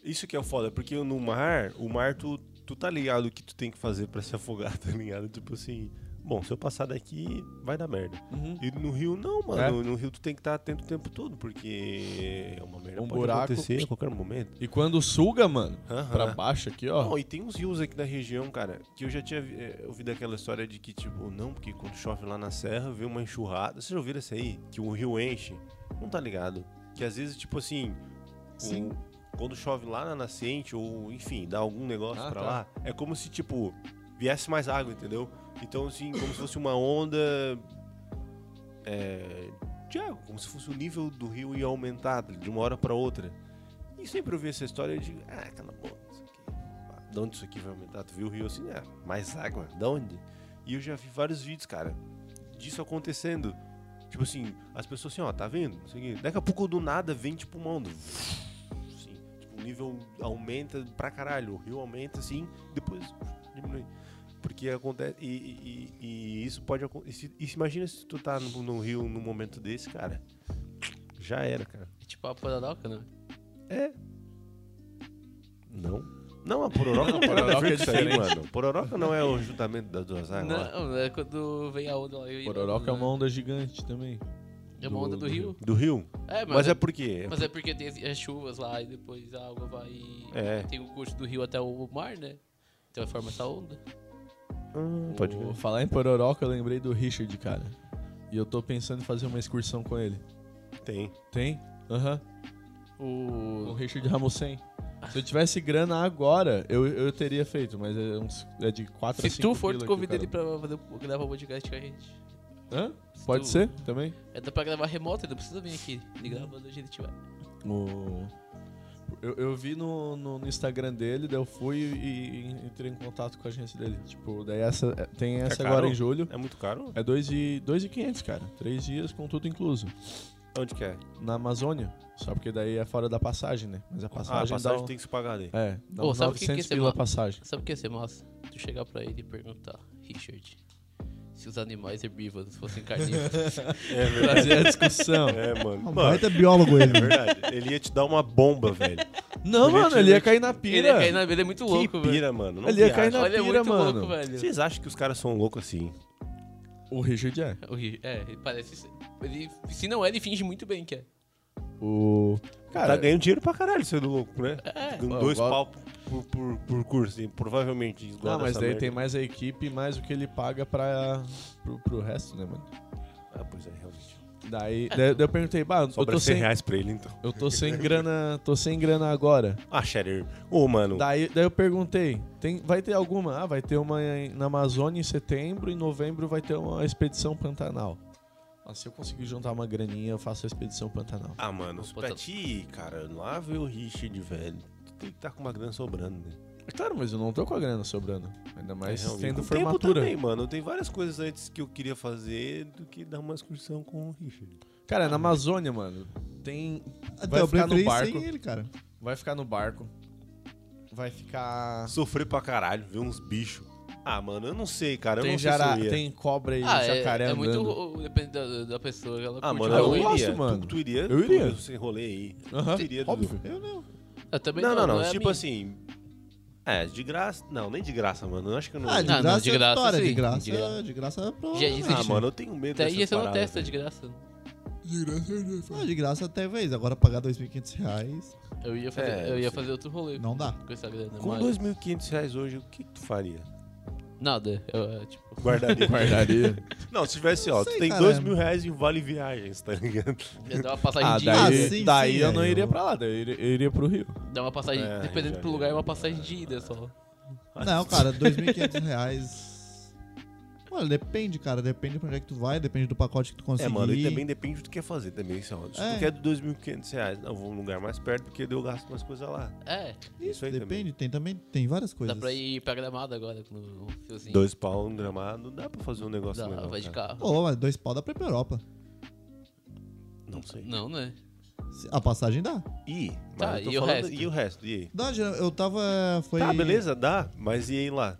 S1: Isso que é o foda, porque no mar, o mar tu, tu tá ligado o que tu tem que fazer pra se afogar, *laughs* tá ligado? Tipo assim, bom, se eu passar daqui, vai dar merda.
S2: Uhum.
S1: E no rio não, mano.
S3: É.
S1: No rio tu tem que estar atento o tempo todo, porque é uma merda
S3: Um
S1: pode
S3: buraco.
S1: acontecer a qualquer momento.
S3: E quando suga, mano,
S1: Aham.
S3: pra baixo aqui, ó.
S1: Não, e tem uns rios aqui da região, cara, que eu já tinha vi- eh, ouvido aquela história de que, tipo, não, porque quando chove lá na serra, vê uma enxurrada. Vocês já ouviram isso aí? Que o rio enche. Não tá ligado. Que às vezes, tipo assim. o-
S4: Sim.
S1: quando chove lá na nascente, ou enfim, dá algum negócio
S3: Ah,
S1: pra
S3: tá.
S1: lá, é como se, tipo, viesse mais água, entendeu? Então, assim, como se fosse uma onda. É, de água, como se fosse o nível do rio ia aumentar de uma hora para outra. E sempre eu vi essa história de. Ah, cala a boca, isso aqui. pá, De onde isso aqui vai aumentar? Tu viu o rio assim? Ah, mais água? De onde? E eu já vi vários vídeos, cara, disso acontecendo. Tipo assim, as pessoas assim, ó, tá vendo? Não sei o quê. Daqui a pouco do nada vem tipo uma onda. Assim, tipo, o nível aumenta pra caralho. O rio aumenta assim, depois diminui. Porque acontece. E, e- e- e isso pode acontecer. Imagina se tu tá no, no rio num momento desse, cara. Já era, cara.
S2: É tipo a pororoca, né?
S1: É. Não. Não, a
S3: *laughs*
S1: pororoca, não,
S3: pororoca é
S1: isso aí,
S3: diferente.
S1: mano. Pororoca não é o juntamento das duas águas. lá?
S2: Não, é quando vem a onda lá. e-
S3: Pororoca é uma onda gigante também.
S2: É uma onda do,
S3: do
S2: rio.
S1: Do rio?
S2: É, mas,
S1: Mas
S2: é,
S1: é por quê?
S2: mas é porque tem as- as chuvas lá e depois a água vai.
S1: É.
S2: Tem o curso do rio até o mar, né? Então forma essa onda.
S1: Hum, pode
S3: O-
S1: crer.
S3: Falar em Pororoca, eu lembrei do Richard, cara. E eu tô pensando em fazer uma excursão com ele.
S1: Tem.
S3: Tem? Aham. O
S2: O.
S3: Richard Ramosen. Se eu tivesse grana agora, eu, eu teria feito, mas é, uns, é de 4 a
S2: Se
S3: 5
S2: tu for, tu convida ele
S3: pra...
S2: pra fazer, o- gravar o podcast com a gente.
S3: Hã?
S2: Se
S3: Pode
S2: tu-
S3: ser também?
S2: É, dá pra gravar remoto, ele não precisa vir aqui. Ele grava do jeito que tiver.
S3: O- Eu, eu vi no, no, no Instagram dele, daí eu fui e, e entrei em contato com a agência dele. Tipo, daí essa, é, tem essa
S1: caro?
S3: agora em julho.
S1: É muito caro?
S3: É 2,500, cara. Três dias com tudo incluso.
S1: Onde que é?
S3: Na Amazônia. Só porque daí é fora da passagem, né? Mas
S1: ah,
S3: a
S1: a
S3: passagem,
S1: passagem
S3: dá um...
S1: tem que se pagar ali.
S3: É, dá
S2: Ô,
S3: uns
S2: sabe o que que
S3: 900
S2: esse
S3: pila a *laughs*
S2: ma-
S3: passagem.
S2: Sabe o que ia ser massa? Tu chegar pra ele e perguntar, Richard, se os animais herbívoros
S1: *laughs*
S2: fossem carnívoros.
S1: É verdade.
S3: Trazer a discussão.
S1: É, mano. Mano,
S4: Um baita biólogo ele,
S1: é *laughs*
S4: mano.
S1: verdade. Ele ia te dar uma bomba, velho.
S3: *laughs* Não,
S1: Ele ia
S3: mano,
S1: te-
S3: ele ia cair na pira.
S2: ele, é, cair na- ele é muito louco,
S1: que
S2: velho.
S1: pira, mano. Não
S3: Ele ia cair
S1: viaja.
S3: na
S2: Olha, é
S3: pira,
S2: muito
S3: mano.
S2: louco, velho.
S1: Vocês acham que os caras são loucos assim?
S3: O Richard é.
S2: O Ri- É, ele parece. ser- Ele, se não é, ele finge muito bem que é.
S3: O. Cara,
S1: tá ganhando dinheiro pra caralho sendo louco, né? Ganhando
S3: Ó,
S1: dois
S3: igual-
S1: pau por, por, por curso, hein? provavelmente.
S3: Não,
S1: esgota
S3: mas
S1: essa
S3: daí
S1: merda.
S3: tem mais a equipe, mais o que ele paga pra, pro, pro resto, né, mano?
S1: Ah, pois é, realmente.
S3: Daí, daí, daí eu perguntei, bah, eu
S1: Sobra
S3: tô
S1: 100
S3: sem,
S1: reais pra ele, então.
S3: eu tô sem grana, tô sem grana agora.
S1: Ah, Shatter. Ô, mano.
S3: Daí, daí eu perguntei, tem, vai ter alguma? Ah, vai ter uma em- na Amazônia em setembro, em novembro vai ter uma expedição Pantanal. Ah, se eu conseguir juntar uma graninha, eu faço a expedição Pantanal.
S1: Ah, mano.
S2: Vou
S1: Pra
S2: botar-
S1: ti, cara, lá vê o Richard, velho. Tu tem que estar com uma grana sobrando, né?
S3: "Ah,
S1: É,
S3: Claro, mas eu não tô com a grana sobrando. Ainda mais
S1: realmente.
S3: tendo
S1: Com o
S3: formatura.
S1: Tempo também, mano. Tem várias coisas antes que eu queria fazer do que dar uma excursão com o Richard.
S3: Cara, é na Amazônia, mano, tem.
S4: Até
S3: Vai
S4: eu
S3: ficar no
S4: preferi
S3: barco.
S4: sem ele, cara.
S3: Vai ficar no barco. Vai ficar.
S1: Sofrer pra caralho, ver uns bichos. Ah, mano, eu não sei, cara. Eu
S3: tem
S1: não sei
S3: jara-
S1: se eu ia.
S3: tem cobra e
S2: Ah, é,
S3: jacaré
S2: é
S3: andando.
S2: muito. o- Depende da, da pessoa. Ela
S1: um Ah,
S2: curte
S1: mano,
S2: o
S1: eu,
S3: eu
S2: rolê.
S3: gosto,
S1: iria.
S3: mano.
S1: Tu, tu iria?
S3: Eu iria.
S1: Tu, sem rolê aí.
S3: Aham,
S1: Tu iria, Dudu?
S3: óbvio.
S4: Eu não.
S2: Eu também
S1: Não, não, não.
S2: é a
S1: tipo
S2: minha.
S1: assim... É, de graça... Não, nem de graça, mano. Eu acho que eu não...
S4: Ah, de
S2: não,
S4: graça,
S2: de
S4: é
S2: graça,
S4: vitória,
S2: sim.
S4: de graça,
S2: De graça.
S4: de graça é pro...
S2: Já existe.
S1: Ah, mano, eu tenho medo
S2: Até
S1: dessas
S2: aí é você não
S1: paradas, né?
S2: testa de
S1: velho.
S2: graça.
S4: Ah, de graça até vez. Agora pagar 2.500 reais
S2: Eu ia fazer,
S1: É,
S2: eu
S1: eu
S2: ia
S1: sei.
S2: fazer outro rolê
S4: não dá.
S2: com essa grana.
S1: Com
S2: mas-
S1: 2.500 reais hoje, o que que tu faria?
S2: Nada. Eu, é, tipo,
S1: Guardaria.
S3: Guardaria.
S1: Não, se tivesse,
S4: Eu
S1: ó,
S4: sei,
S1: tu tem
S4: cara.
S1: 2 mil reais em vale viagens, tá ligado? *laughs*
S2: ia dar uma passagem
S3: ah,
S2: de
S3: daí,
S4: Ah, sim,
S3: daí
S4: sim,
S3: eu
S4: é,
S3: não iria
S4: eu-
S3: pra lá, daí eu iria, eu iria pro Rio.
S2: Dá uma passagem.
S1: É,
S2: dependendo
S1: já
S2: do lugar, é uma
S1: vi.
S2: passagem de ida só.
S1: Ah,
S4: Não,
S1: é,
S4: cara,
S1: *laughs*
S4: 2.500 reais... Olha, depende, cara. Depende pra onde é que tu vai, depende do pacote que tu conseguir.
S1: É, mano, e também depende do que tu quer fazer também. Se, ó, se
S4: É.
S1: tu quer 2.500 reais, não, vou num lugar mais perto, porque daí eu gasto umas coisas lá.
S2: É,
S1: Isso aí
S4: Depende, tem também, tem várias coisas.
S2: dá pra ir pra gramado agora com o
S1: também.
S2: fiozinho.
S1: Dois pau, um gramado, dá pra fazer um negócio
S2: Dá,
S1: legal.
S2: vai de
S1: cara.
S2: carro.
S4: Pô, mas dois pau dá pra ir pra Europa.
S1: Não sei.
S2: Não, né?
S4: Se- A passagem dá.
S1: E, mas
S2: Tá,
S1: eu tô
S2: e o
S1: falando-
S2: resto?
S1: E o resto? E aí?
S4: Dá, geral- eu tava... Foi...
S1: Tá, beleza, dá, mas e aí lá?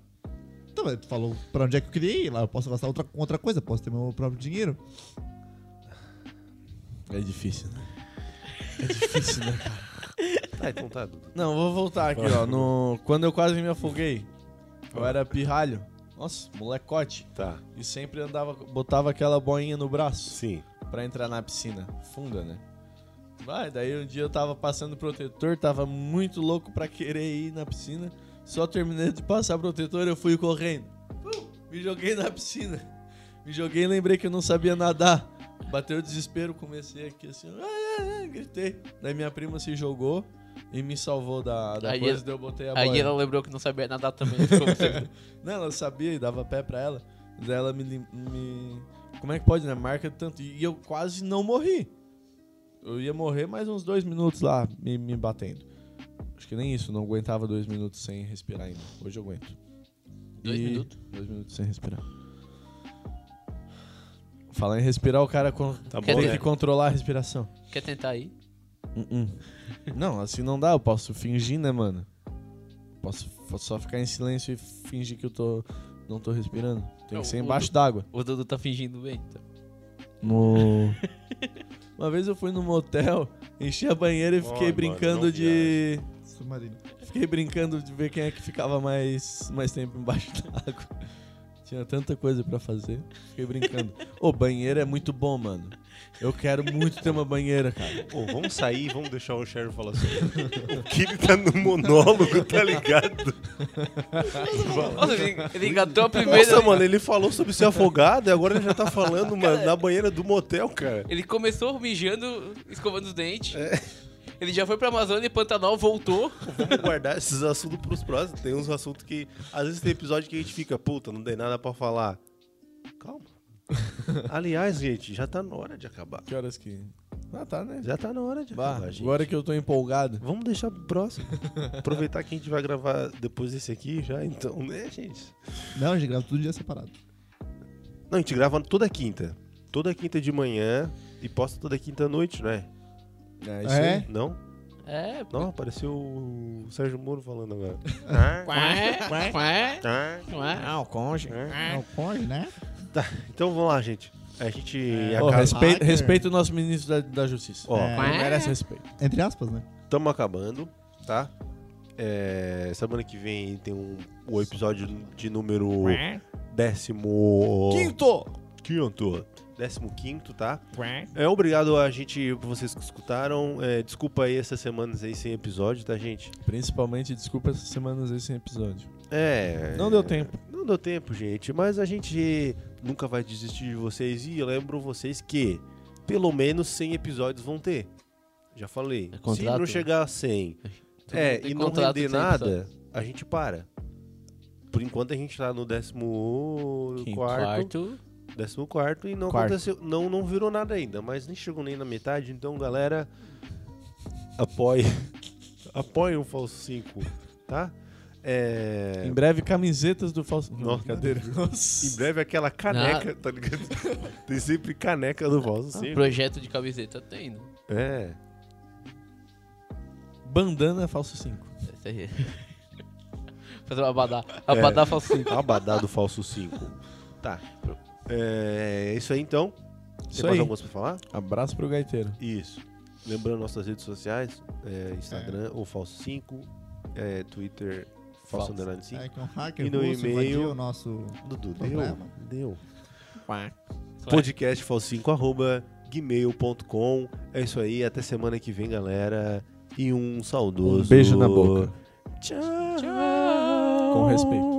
S4: Tá, mas tu falou pra onde é que eu queria ir. Lá eu posso gastar outra, com outra coisa, posso ter meu próprio dinheiro.
S3: É difícil, né? É difícil, né, cara?
S1: Tá, então tá. Dudu.
S3: Não, vou voltar aqui, ó. No... Quando eu quase me afoguei, eu era pirralho. Nossa, molecote.
S1: Tá,
S3: E sempre andava, botava aquela boinha no braço.
S1: sim.
S3: pra entrar na piscina funda, né? Vai, daí um dia eu tava passando protetor, tava muito louco pra querer ir na piscina. Só terminei de passar protetor, eu fui correndo. Pum, me joguei na piscina. Me joguei e lembrei que eu não sabia nadar. Bateu o desespero, comecei aqui assim, ah, ah, ah, gritei. Daí minha prima se jogou, e me salvou da, da
S2: Aí
S3: coisa,
S2: ela-
S3: daí eu botei É a boia.
S2: Aí ela lembrou que não sabia nadar também. ficou observando.
S3: Não, ela sabia e dava pé pra ela. Daí ela me, lim- me- Como é que pode, né? Marca tanto. E eu quase não morri. Eu ia morrer mais uns dois minutos lá, me, me batendo. Acho que nem isso, não aguentava dois minutos sem respirar ainda. Hoje eu aguento.
S2: Dois
S3: E-
S2: minutos?
S3: Dois minutos sem respirar. Falar em respirar, o cara con-
S1: Tá
S2: Quer
S1: bom,
S3: tem
S2: dizer-
S1: né?
S3: que controlar a respiração.
S2: Quer tentar aí?
S3: Uh-uh. Não, assim não dá. Eu posso fingir, né, mano? Posso f- só ficar em silêncio e fingir que eu tô não tô respirando. Tem
S2: Não,
S3: que ser
S2: o
S3: embaixo
S2: do-
S3: d'água.
S2: O Dudu tá fingindo bem. Então.
S3: No *laughs* Uma vez eu fui num motel, enchi a banheira e
S1: Olha,
S3: fiquei
S1: mano,
S3: brincando
S1: não
S3: de
S4: Submarino.
S3: fiquei brincando de ver quem é que ficava mais mais tempo embaixo *laughs* d'água. Tinha tanta coisa pra fazer, fiquei brincando. Ô, banheiro é muito bom, mano. Eu quero muito ter uma banheira, cara.
S1: Pô, vamos sair, vamos deixar o Cheryl falar sobre O que ele tá no monólogo, tá ligado?
S2: Nossa, ele, ele engatou a primeira.
S1: Nossa, mano, ele falou sobre ser afogado e agora ele já tá falando, mano, na banheira do motel, cara.
S2: Ele começou mijando, escovando os dentes. Ele já foi pra Amazônia e Pantanal, voltou.
S1: Vamos guardar esses assuntos pros próximos. Tem uns assuntos que. Às vezes tem episódio que a gente fica, puta, não tem nada pra falar. Calma. Aliás, gente, já tá na hora de acabar.
S3: Que horas que. Ah, tá, né?
S1: Já tá na hora de
S3: Bah,
S1: acabar, gente.
S3: agora que eu tô empolgado.
S1: Vamos deixar pro próximo. *laughs* Aproveitar que a gente vai gravar depois desse aqui já, então, né, gente?
S4: Não, a gente grava todo dia separado.
S1: Não, a gente grava toda quinta. Toda quinta de manhã e posta toda quinta à noite, né?
S3: É,
S4: É?
S3: aí.
S1: Não?
S2: É,
S1: Não, apareceu o Sérgio Moro falando agora. Ah,
S2: quá, quá,
S1: ah,
S2: quá.
S3: Ah, o conge.
S1: ah.
S4: É o Conde, né?
S1: Então vamos lá, gente. É A gente
S3: Ô,
S1: acaba.
S4: respe-
S3: respeita,
S4: Hacker.
S3: respeita o nosso ministro da, da justiça.
S1: Ó,
S4: É.
S3: Não merece respeito.
S4: Entre aspas, né?
S1: Estamos acabando, tá? É, semana que vem tem um, o episódio de número décimo...
S3: Quinto!
S1: Quinto. Décimo quinto, tá? É, obrigado a gente, por vocês que escutaram. É, desculpa aí essas semanas aí sem episódio, tá, gente?
S3: Principalmente, desculpa essas semanas aí sem episódio.
S1: É...
S3: Não deu tempo.
S1: Não deu tempo, gente. Mas a gente nunca vai desistir de vocês. E eu lembro vocês que pelo menos 100 episódios vão ter. Já falei.
S2: É contrato,
S1: Se não
S2: né?
S1: chegar a 100...
S2: Todo
S1: É,
S2: mundo tem
S1: e não
S2: contrato
S1: render
S2: sem
S1: nada,
S2: episódio.
S1: a gente para. Por enquanto a gente tá no décimo
S3: Quinto,
S1: quarto,
S2: Quarto.
S1: décimo quarto e não
S3: Quarto.
S1: aconteceu, não, não virou nada ainda, mas nem chegou nem na metade, então galera, apoie, *laughs* apoie o Falso 5, tá? É,
S3: Em breve, camisetas do Falso.
S1: Nossa. *laughs*
S3: brincadeira.
S1: em breve aquela caneca, tá ligado? *laughs* Tem sempre caneca do Falso 5.
S2: Projeto de camiseta tem, *laughs* né?
S1: É,
S3: Bandana Falso 5.
S2: Essa aí. Fazer uma abadá. Abadá falsinho.
S1: abadá do Falso 5. Tá, é isso aí então. Tem
S3: Isso
S1: mais
S3: aí.
S1: alguma coisa pra falar?
S3: Abraço pro gaiteiro.
S1: Isso. Lembrando nossas redes sociais, é, Instagram ou Falso 5, é, Twitter Falso
S2: Falso.
S1: Underline 5.
S4: É que um hacker
S1: E no
S4: russo invadiu
S1: e-mail-
S4: o nosso...
S1: Dudu,
S4: Problema.
S1: deu. Deu.
S4: é?
S3: Quá.
S1: um. Podcast falso 5 arroba gmail.com. É isso aí, até semana que vem, galera. E um saudoso.
S3: Um beijo na boca.
S1: Tchau.
S3: Com respeito.